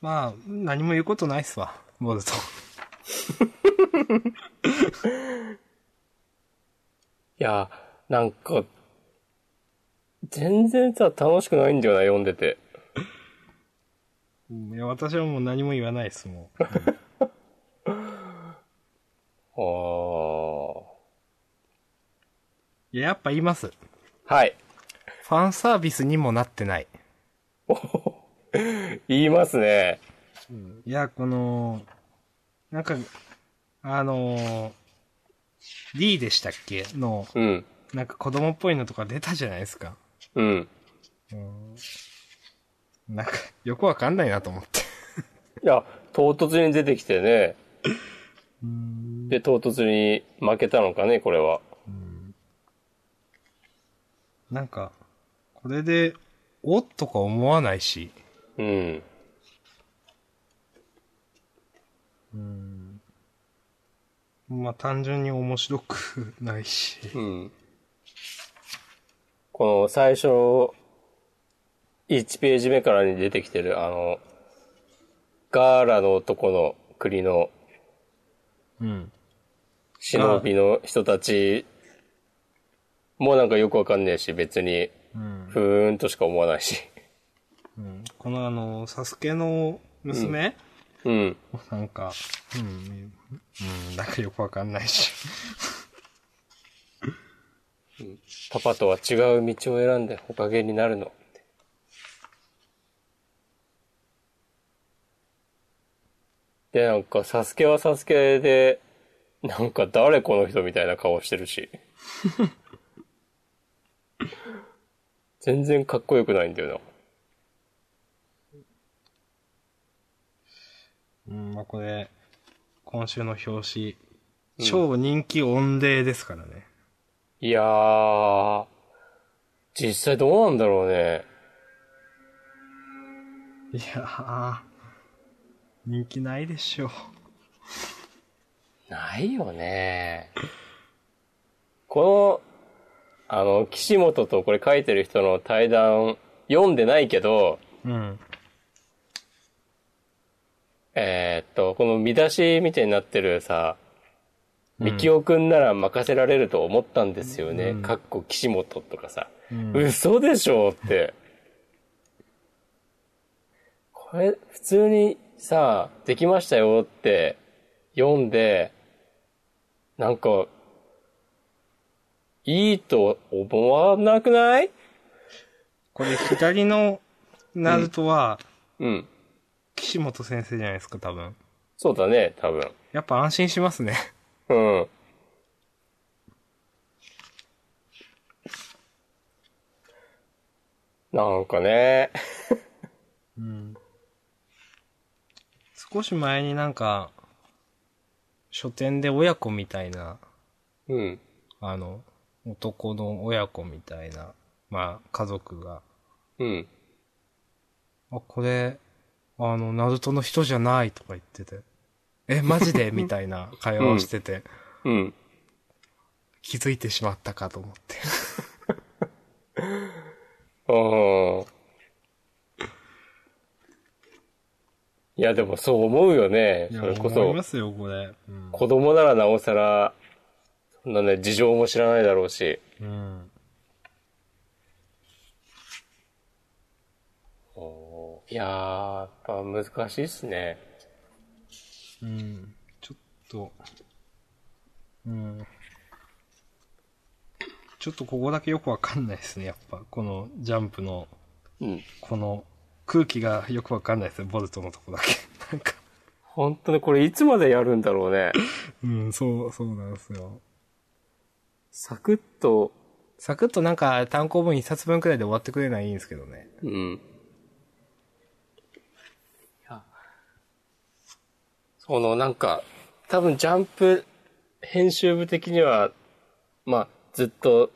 [SPEAKER 1] まあ、何も言うことないっすわ。ボルト。
[SPEAKER 2] いや、なんか、全然さ、楽しくないんだよな、読んでて。
[SPEAKER 1] うんいや、私はもう何も言わないっす、もう。
[SPEAKER 2] あー。
[SPEAKER 1] いや、やっぱ言います。
[SPEAKER 2] はい。
[SPEAKER 1] ファンサービスにもなってない。
[SPEAKER 2] 言いますね。
[SPEAKER 1] いや、この、なんか、あのー、D でしたっけの、
[SPEAKER 2] うん。
[SPEAKER 1] なんか子供っぽいのとか出たじゃないですか。
[SPEAKER 2] うん。
[SPEAKER 1] なんか、よくわかんないなと思って。
[SPEAKER 2] いや、唐突に出てきてね。で、唐突に負けたのかね、これは。
[SPEAKER 1] なんか、これで、おっとか思わないし。
[SPEAKER 2] うん。
[SPEAKER 1] まあ、単純に面白くないし。
[SPEAKER 2] うん。この最初、1ページ目からに出てきてる、あの、ガーラの男の国の
[SPEAKER 1] うん。
[SPEAKER 2] 忍びの人たちもなんかよくわかんねえし、別に、
[SPEAKER 1] うん。
[SPEAKER 2] ふーんとしか思わないし。
[SPEAKER 1] このあの、サスケの娘、
[SPEAKER 2] うん。
[SPEAKER 1] なんか、うん、うん、なんかよくわかんないし。
[SPEAKER 2] パパとは違う道を選んでおかげになるの。で、なんか、サスケはサスケで、なんか誰この人みたいな顔してるし。全然かっこよくないんだよ
[SPEAKER 1] うん、まあ、これ、今週の表紙、超人気音霊ですからね。
[SPEAKER 2] な。いやー、実際どうなんだろうね。
[SPEAKER 1] いやー、人気ないでしょ。
[SPEAKER 2] ないよね。この、あの、岸本とこれ書いてる人の対談読んでないけど、
[SPEAKER 1] うん。
[SPEAKER 2] えと、この見出しみたいになってるさ、みきおくんなら任せられると思ったんですよね。
[SPEAKER 1] うん
[SPEAKER 2] かっこ岸本とかさ。
[SPEAKER 1] うん
[SPEAKER 2] 嘘でしょって。これ、普通にさ、できましたよって読んで、なんか、いいと思わなくない
[SPEAKER 1] これ左のナルトは、
[SPEAKER 2] うん。
[SPEAKER 1] 岸本先生じゃないですか、多分。
[SPEAKER 2] そうだね、多分。
[SPEAKER 1] やっぱ安心しますね。
[SPEAKER 2] うん。なんかね。
[SPEAKER 1] 少し前になんか、書店で親子みたいな、
[SPEAKER 2] うん。
[SPEAKER 1] あの、男の親子みたいな、まあ、家族が、
[SPEAKER 2] うん。
[SPEAKER 1] あ、これ、あの、ナルトの人じゃないとか言ってて、え、マジ でみたいな会話をしてて、
[SPEAKER 2] うん。
[SPEAKER 1] 気づいてしまったかと思って。
[SPEAKER 2] うん。いや、でもそう思うよね。
[SPEAKER 1] いや、
[SPEAKER 2] それこ
[SPEAKER 1] 思いま
[SPEAKER 2] そ、
[SPEAKER 1] すよ、これ。うん。
[SPEAKER 2] 子供ならなおさら、そんなね、事情も知らないだろうし。
[SPEAKER 1] うん。
[SPEAKER 2] いやー、やっぱ難しいっすね。
[SPEAKER 1] うん。ちょっと、うん。ちょっとここだけよくわかんないですね、やっぱ。このジャンプの、
[SPEAKER 2] うん。
[SPEAKER 1] この空気がよくわかんないですね、ボルトのとこだけ。なんか、
[SPEAKER 2] 本当にこれいつまでやるんだろうね。
[SPEAKER 1] うん、そう、そうなんですよ。
[SPEAKER 2] サクッと、
[SPEAKER 1] サクッとなんか単行本一冊分くらいで終わってくれないいんですけどね。
[SPEAKER 2] うん。いや、そのなんか、多分ジャンプ編集部的には、まあ、ずっと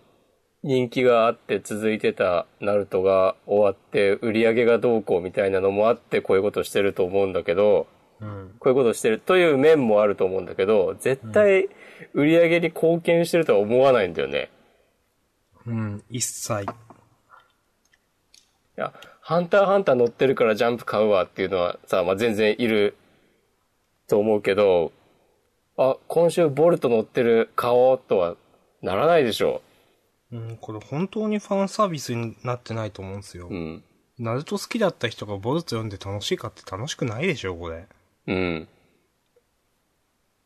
[SPEAKER 2] 人気があって続いてたナルトが終わって売り上げがどうこうみたいなのもあってこういうことしてると思うんだけど、
[SPEAKER 1] うん。
[SPEAKER 2] こういうことしてるという面もあると思うんだけど、絶対売り上げに貢献してるとは思わないんだよね。
[SPEAKER 1] うん、一切。
[SPEAKER 2] いや、ハンターハンター乗ってるからジャンプ買うわっていうのはさ、まあ、全然いると思うけど、あ、今週ボルト乗ってる買おうとはならないでしょ
[SPEAKER 1] うん、これ本当にファンサービスになってないと思うんですよ。
[SPEAKER 2] う。うん。
[SPEAKER 1] ナルト好きだった人がボルト読んで楽しいかって楽しくないでしょ、これ。
[SPEAKER 2] うん。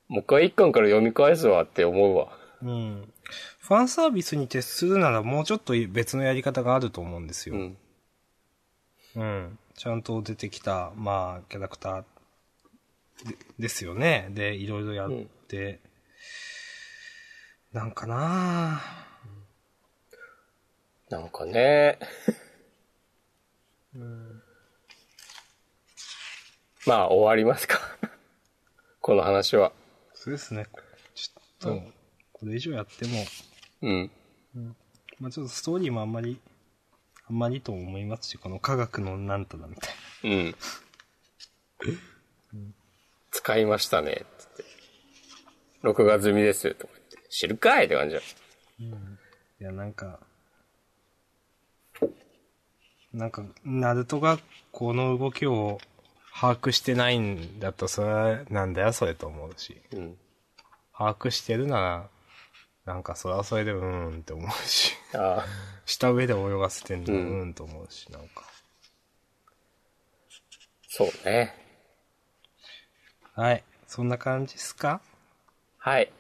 [SPEAKER 2] もう一回一巻から読み返すわって思うわ。
[SPEAKER 1] うん。ファンサービスに徹するならもうちょっと別のやり方があると思うんですよ。
[SPEAKER 2] う
[SPEAKER 1] うん。
[SPEAKER 2] ん。
[SPEAKER 1] ちゃんと出てきた、まあ、キャラクターでですよね。で、いろいろやって、なんかなあ
[SPEAKER 2] なんかね。まあ、終わりますか。この話は。
[SPEAKER 1] そうですね。ちょっと、これ以上やっても、
[SPEAKER 2] うん。
[SPEAKER 1] まあちょっとストーリーもあんまり、あんまりと思いますし、この科学のなんたらみたいな。
[SPEAKER 2] うん。使いましたね、つって。録画済みです、とか言って。知るかいって感じだ。
[SPEAKER 1] いや、なんか、なんか、ナルトがこの動きを把握してないんだと、それなんだよ、それと思うし。
[SPEAKER 2] うん。
[SPEAKER 1] 把握してるなら、なんかそれはそれでうーんって思うし。
[SPEAKER 2] ああ。
[SPEAKER 1] 下上で泳がせてんの、う
[SPEAKER 2] うん
[SPEAKER 1] ーんと思うし、なんか。
[SPEAKER 2] そうね。
[SPEAKER 1] はい。そんな感じっすか
[SPEAKER 2] はい。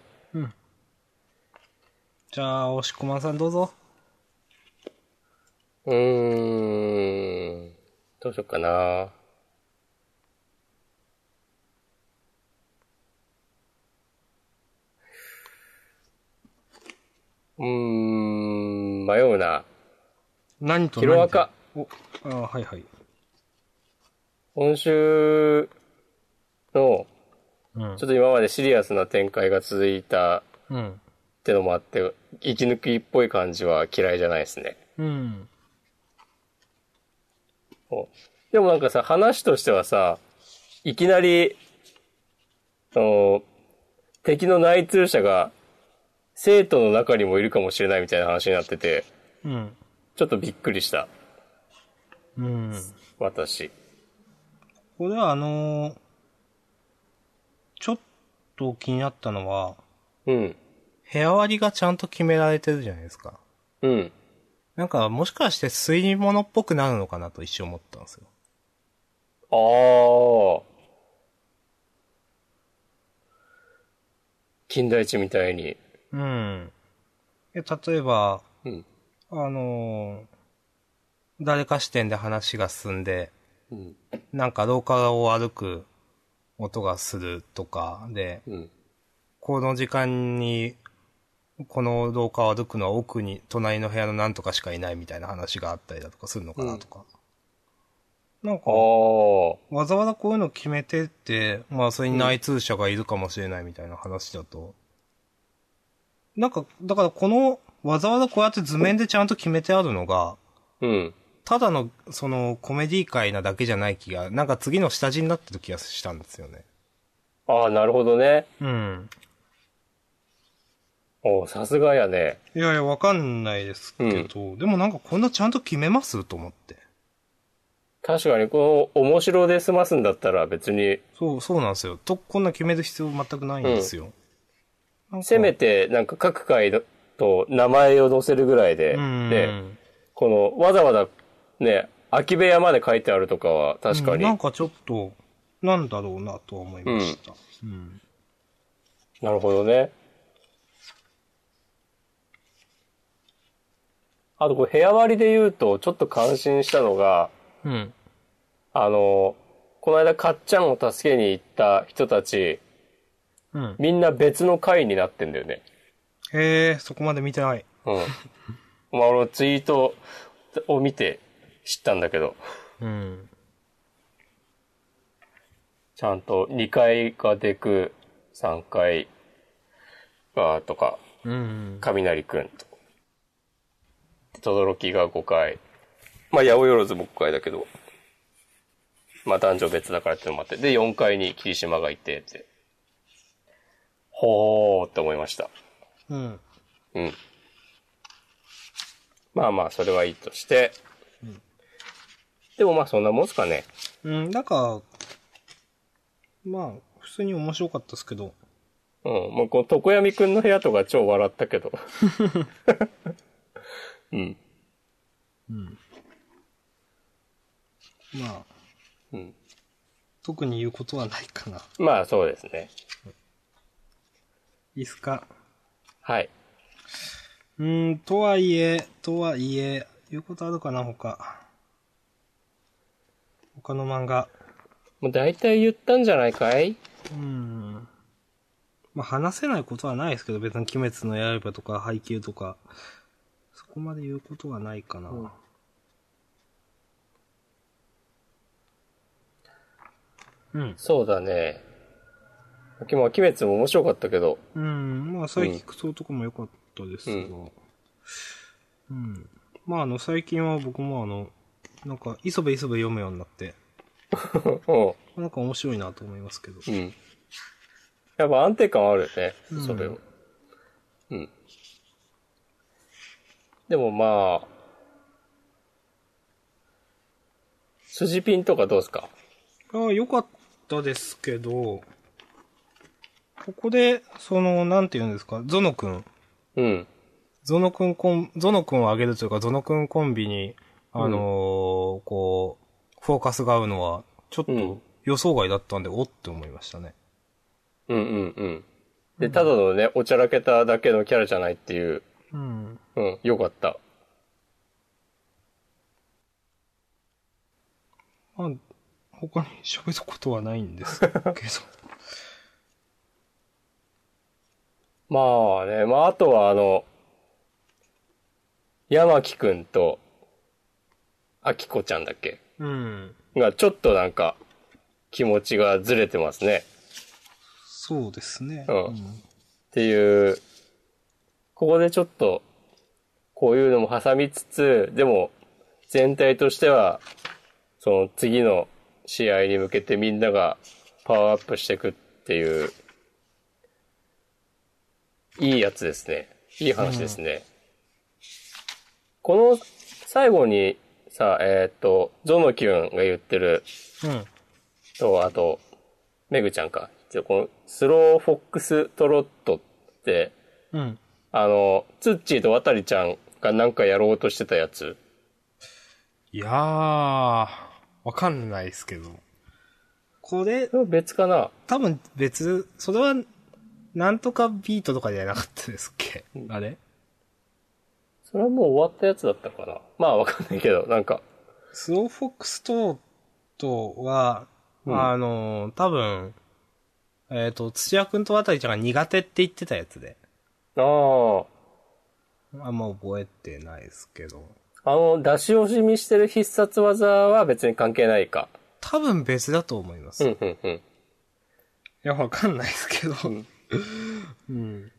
[SPEAKER 1] じゃあ、押しこまんさんどうぞ。
[SPEAKER 2] うーん。どうしようかな。うーん、迷うな。
[SPEAKER 1] 何と
[SPEAKER 2] ヒロアカ。
[SPEAKER 1] お、あーはいはい。
[SPEAKER 2] 今週の、
[SPEAKER 1] うん
[SPEAKER 2] ちょっと今までシリアスな展開が続いたっ
[SPEAKER 1] うん。
[SPEAKER 2] てのもあって、息抜きっぽい感じは嫌いじゃないですね。
[SPEAKER 1] うん。
[SPEAKER 2] こうでもなんかさ、話としてはさ、いきなり、その、敵の内通者が、生徒の中にもいるかもしれないみたいな話になってて、
[SPEAKER 1] うん。
[SPEAKER 2] ちょっとびっくりした、
[SPEAKER 1] うん。
[SPEAKER 2] 私。
[SPEAKER 1] これはあのーと気になったのは、
[SPEAKER 2] うん。
[SPEAKER 1] 部屋割りがちゃんと決められてるじゃないですか。
[SPEAKER 2] うん。
[SPEAKER 1] なんか、もしかして推理物っぽくなるのかなと一瞬思ったんですよ。
[SPEAKER 2] ああ。金田一みたいに。
[SPEAKER 1] うん。いや例えば、
[SPEAKER 2] うん。
[SPEAKER 1] あのー誰か視点で話が進んで、
[SPEAKER 2] うん。
[SPEAKER 1] なんか廊下を歩く音がするとかで、
[SPEAKER 2] うん。
[SPEAKER 1] この時間に、この廊下を歩くのは奥に、隣の部屋のなんとかしかいないみたいな話があったりだとかするのかなとか。なん
[SPEAKER 2] あ
[SPEAKER 1] か、
[SPEAKER 2] あ。
[SPEAKER 1] わざわざこういうの決めてって、まあそれに内通者がいるかもしれないみたいな話だと、なんか、だからこの、わざわざこうやって図面でちゃんと決めてあるのが、
[SPEAKER 2] うん。
[SPEAKER 1] ただの、その、コメディ界なだけじゃない気が、なんか次の下地になってる気がしたんですよね。
[SPEAKER 2] ああ、なるほどね。
[SPEAKER 1] うん。
[SPEAKER 2] おうさすがやね。
[SPEAKER 1] いやいや、わかんないですけど、でもなんかこんなちゃんと決めますと思って。
[SPEAKER 2] 確かに、この、面白で済ますんだったら別に、
[SPEAKER 1] そう、そうなんですよ。と、こんな決める必要全くないんですよ。なんか
[SPEAKER 2] せめて、なんか各回のと名前を載せるぐらいで、
[SPEAKER 1] うん
[SPEAKER 2] で、この、わざわざ、ね、空き部屋まで書いてあるとかは、確か
[SPEAKER 1] うん
[SPEAKER 2] に、
[SPEAKER 1] なんかちょっと、なんだろうなとは思いました。うん。
[SPEAKER 2] なるほどね。あと、これ、部屋割りで言うと、ちょっと感心したのが、
[SPEAKER 1] うん。
[SPEAKER 2] あの、この間、かっちゃんを助けに行った人たち、
[SPEAKER 1] うん。
[SPEAKER 2] みんな別の回になってんだよね。
[SPEAKER 1] へえ、そこまで見てない。
[SPEAKER 2] うん。まあ、俺はツイートを見て知ったんだけど、
[SPEAKER 1] うん。
[SPEAKER 2] ちゃんと2階がデク、3階がとか、
[SPEAKER 1] うん。
[SPEAKER 2] 雷くんと、とどろきが5階、まあ、八百万も5階だけど、まあ、男女別だからってのもあって、で、4階に霧島がいて、って。ほーって思いました。
[SPEAKER 1] うん。
[SPEAKER 2] うん。まあまあ、それはいいとして。でもまあ、そんなもんすかね。
[SPEAKER 1] うん、なんか、まあ、普通に面白かったですけど、
[SPEAKER 2] うん。もう、この床闇くんの部屋とか超笑ったけど。うん。
[SPEAKER 1] まあ、
[SPEAKER 2] うん。
[SPEAKER 1] 特に言うことはないかな。
[SPEAKER 2] まあ、そうですね。
[SPEAKER 1] いいっすか。
[SPEAKER 2] はい。
[SPEAKER 1] うーん、とはいえ、とはいえ、言うことあるかな、他。他の漫画。
[SPEAKER 2] もう大体言ったんじゃないかい
[SPEAKER 1] うん。まあ、話せないことはないですけど、別に鬼滅の刃とか、配給とか、そこまで言うことはないかな。
[SPEAKER 2] うん
[SPEAKER 1] うん。
[SPEAKER 2] そうだね。まあ、鬼滅も面白かったけど。
[SPEAKER 1] うん。まあ、最近クソとかも良かったですが。
[SPEAKER 2] う
[SPEAKER 1] うん。まあ、あの、最近は僕もあの、なんか、磯部磯部読むようになって、
[SPEAKER 2] うん。
[SPEAKER 1] なんか面白いなと思いますけど。
[SPEAKER 2] うん。やっぱ安定感はあるよね、
[SPEAKER 1] うん
[SPEAKER 2] それも。うん。でもまあ、筋ピンとかどうですか
[SPEAKER 1] ああ、良かったですけど、ここで、その、なんて言うんですか、ゾノくん。
[SPEAKER 2] うん。
[SPEAKER 1] ゾノくんコン、ゾノくんをあげるというか、ゾノくんコンビに、あのーこう、フォーカスが合うのは、ちょっ
[SPEAKER 2] うん
[SPEAKER 1] と予想外だったんで、おって思いましたね。
[SPEAKER 2] うんうんうん。で、ただのね、おちゃらけただけのキャラじゃないっていう。
[SPEAKER 1] うん。
[SPEAKER 2] うん、よかった。
[SPEAKER 1] まあ、他に喋ることはないんですけど。
[SPEAKER 2] まあね、まああとはあの、山木くんと、あきこちゃんだっけ
[SPEAKER 1] うん。
[SPEAKER 2] がちょっとなんか気持ちがずれてますね。
[SPEAKER 1] そうですね。
[SPEAKER 2] うんっていう、ここでちょっとこういうのも挟みつつ、でも全体としてはその次の試合に向けてみんながパワーアップしていくっていう、いいやつですね。いい話ですね。この最後にさ、えーっと、ゾノキュンが言ってる
[SPEAKER 1] うん。
[SPEAKER 2] と、あと、メグちゃんか。じゃあこのスローフォックストロットって、
[SPEAKER 1] うん。
[SPEAKER 2] あの、ツッチーと渡りちゃんがなんかやろうとしてたやつ。
[SPEAKER 1] いやー、わかんないですけど。これ、
[SPEAKER 2] それは別かな
[SPEAKER 1] 多分別、それは、なんとかビートとかじゃなかったですっけあれ
[SPEAKER 2] それはもう終わったやつだったかなまあわかんないけど、なんか。
[SPEAKER 1] スローフォックストロットは、
[SPEAKER 2] うん
[SPEAKER 1] あの、多分、えっ、と、土屋くんと渡りちゃんが苦手って言ってたやつで。
[SPEAKER 2] ああ。
[SPEAKER 1] あんま覚えてないですけど。
[SPEAKER 2] あの、出し惜しみしてる必殺技は別に関係ないか。
[SPEAKER 1] 多分別だと思います。
[SPEAKER 2] う
[SPEAKER 1] い
[SPEAKER 2] んうんうん。
[SPEAKER 1] や、わかんないですけど。うん。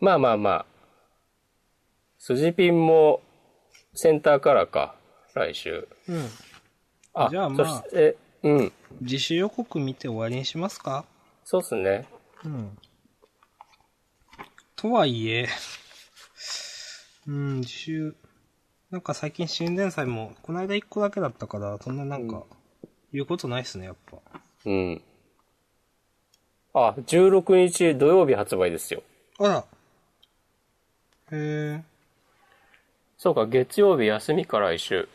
[SPEAKER 2] まあまあまあ。筋ピンもセンターからか、来週。
[SPEAKER 1] うん。
[SPEAKER 2] あ、
[SPEAKER 1] じゃあまあ
[SPEAKER 2] そして、うん。
[SPEAKER 1] 自主予告見て終わりにしますか
[SPEAKER 2] そうっすね。
[SPEAKER 1] うん。とはいえ、うん、自習、なんか最近新連載も、この間一個だけだったから、そんななんか、言うことないっすね、やっぱ。
[SPEAKER 2] うん。あ、16日土曜日発売ですよ。
[SPEAKER 1] あら。へえ、
[SPEAKER 2] そうか、月曜日休みか来週。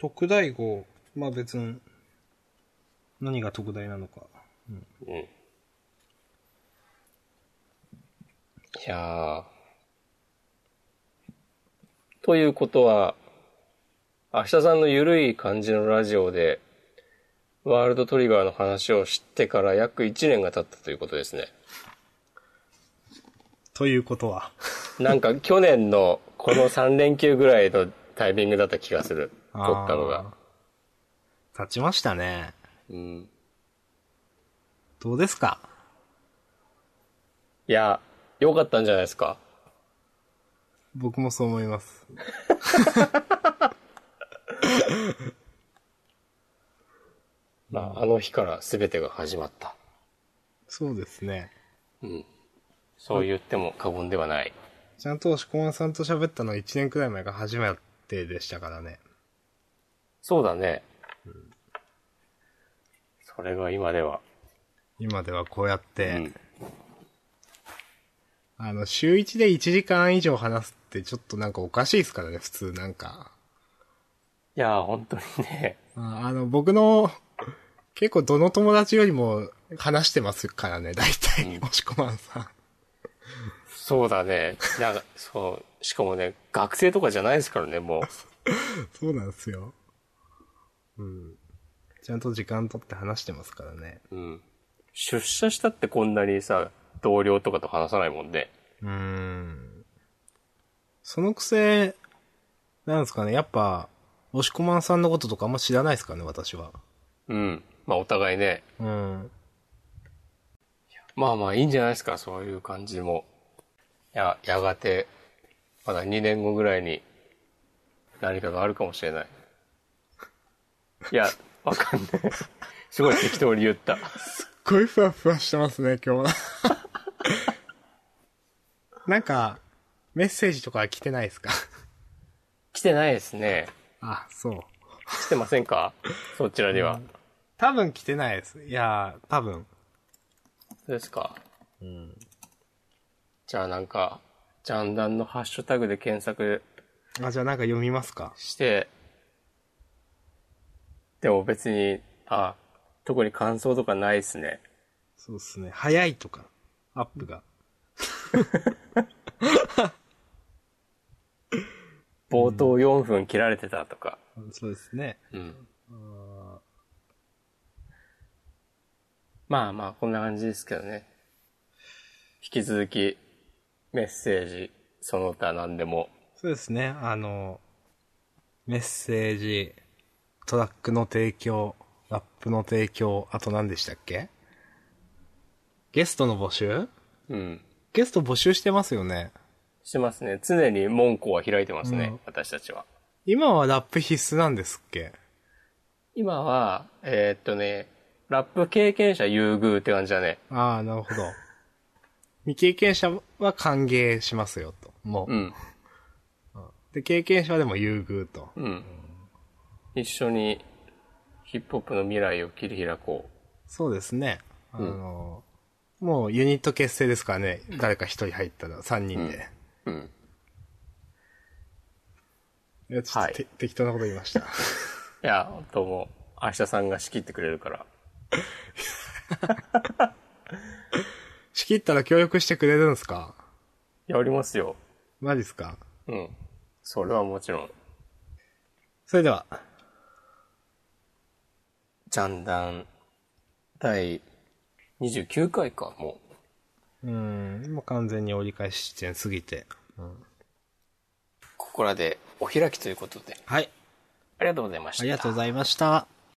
[SPEAKER 1] 特大号、まあ別に、何が特大なのか。
[SPEAKER 2] うん。いやー。ということは、明日さんのゆるい感じのラジオで、ワールドトリガーの話を知ってから約1年が経ったということですね。
[SPEAKER 1] ということは。
[SPEAKER 2] なん か去年のこの3連休ぐらいのタイミングだった気がする。撮ったのが。
[SPEAKER 1] あー。立ちましたね。
[SPEAKER 2] うん、
[SPEAKER 1] どうですか
[SPEAKER 2] いや、良かったんじゃないですか。
[SPEAKER 1] 僕もそう思います。
[SPEAKER 2] まあ、あの日から全てが始まった。
[SPEAKER 1] そうですね。
[SPEAKER 2] そう言っても過言ではない。
[SPEAKER 1] ちゃんと押し込まさんと喋ったの1年くらい前が初めてでしたからね。
[SPEAKER 2] そうだね。それが今では。
[SPEAKER 1] 今ではこうやって、
[SPEAKER 2] うん
[SPEAKER 1] あの、週1で1時間以上話すってちょっとなんかおかしいですからね、普通なんか。
[SPEAKER 2] いやー、本当にね。
[SPEAKER 1] ああの、僕の、結構どの友達よりも話してますからね、 大体、押し込まんさん。
[SPEAKER 2] そうだね。なんか、そう。しかもね、学生とかじゃないですからね、もう。
[SPEAKER 1] そうなんですよ。うん。ちゃんと時間取って話してますからね。
[SPEAKER 2] うん。出社したってこんなにさ、同僚とかと話さないもんね。
[SPEAKER 1] うーん。そのくせ、なんですかね、やっぱ、押し込まんさんのこととかあんま知らないですからね、私は。
[SPEAKER 2] うん。まあ、お互いね。
[SPEAKER 1] うん。
[SPEAKER 2] まあまあ、いいんじゃないですか、そういう感じも。いや、やがて、まだ2年後ぐらいに、何かがあるかもしれない。いや、わかんない。すごい適当に言った。
[SPEAKER 1] すっごいふわふわしてますね、 今日は。なんか、メッセージとかは来てないですか
[SPEAKER 2] 来てないですね。
[SPEAKER 1] あ、そう。
[SPEAKER 2] 来てませんかそちらには。
[SPEAKER 1] 多分来てないです。いやー、多分。
[SPEAKER 2] そうですか。じゃあなんか、ジャンダンのハッシュタグで検索
[SPEAKER 1] あ、じゃあなんか読みますか
[SPEAKER 2] して、でも別に、あ、特に感想とかないですね。
[SPEAKER 1] そうですね。早いとか、アップが。
[SPEAKER 2] 冒頭4分切られてたとか。
[SPEAKER 1] そうですね。
[SPEAKER 2] うん。まあまあ、こんな感じですけどね。引き続き、メッセージ、その他何でも。
[SPEAKER 1] そうですね。あの、メッセージ、トラックの提供、ラップの提供、あと何でしたっけゲストの募集
[SPEAKER 2] うん。
[SPEAKER 1] ゲスト募集してますよね。
[SPEAKER 2] してますね。常に門戸は開いてますね。
[SPEAKER 1] うん
[SPEAKER 2] 私たちは。
[SPEAKER 1] 今はラップ必須なんですっけ
[SPEAKER 2] 今は、えーっとね、ラップ経験者優遇って感じだね。
[SPEAKER 1] ああ、なるほど。未経験者は歓迎しますよと。もう。
[SPEAKER 2] うん。
[SPEAKER 1] で、経験者はでも優遇と。
[SPEAKER 2] うん。一緒にヒップホップの未来を切り開こう。
[SPEAKER 1] そうですね。あの、もうユニット結成ですからね。誰か一人入ったら3人で。
[SPEAKER 2] うん。
[SPEAKER 1] いや、ちょっとて、適当なこと言いました。
[SPEAKER 2] いや、どうも、明日さんが仕切ってくれるから。
[SPEAKER 1] 仕切ったら協力してくれるんですか
[SPEAKER 2] やりますよ。
[SPEAKER 1] マジっすか
[SPEAKER 2] うん。それはもちろん。
[SPEAKER 1] それでは、
[SPEAKER 2] ジャンダン、第29回か、もう。
[SPEAKER 1] うん、もう完全に折り返し地点過ぎて。
[SPEAKER 2] ここらでお開きということで、
[SPEAKER 1] はい、
[SPEAKER 2] ありがとうございました。
[SPEAKER 1] ありがとうございました。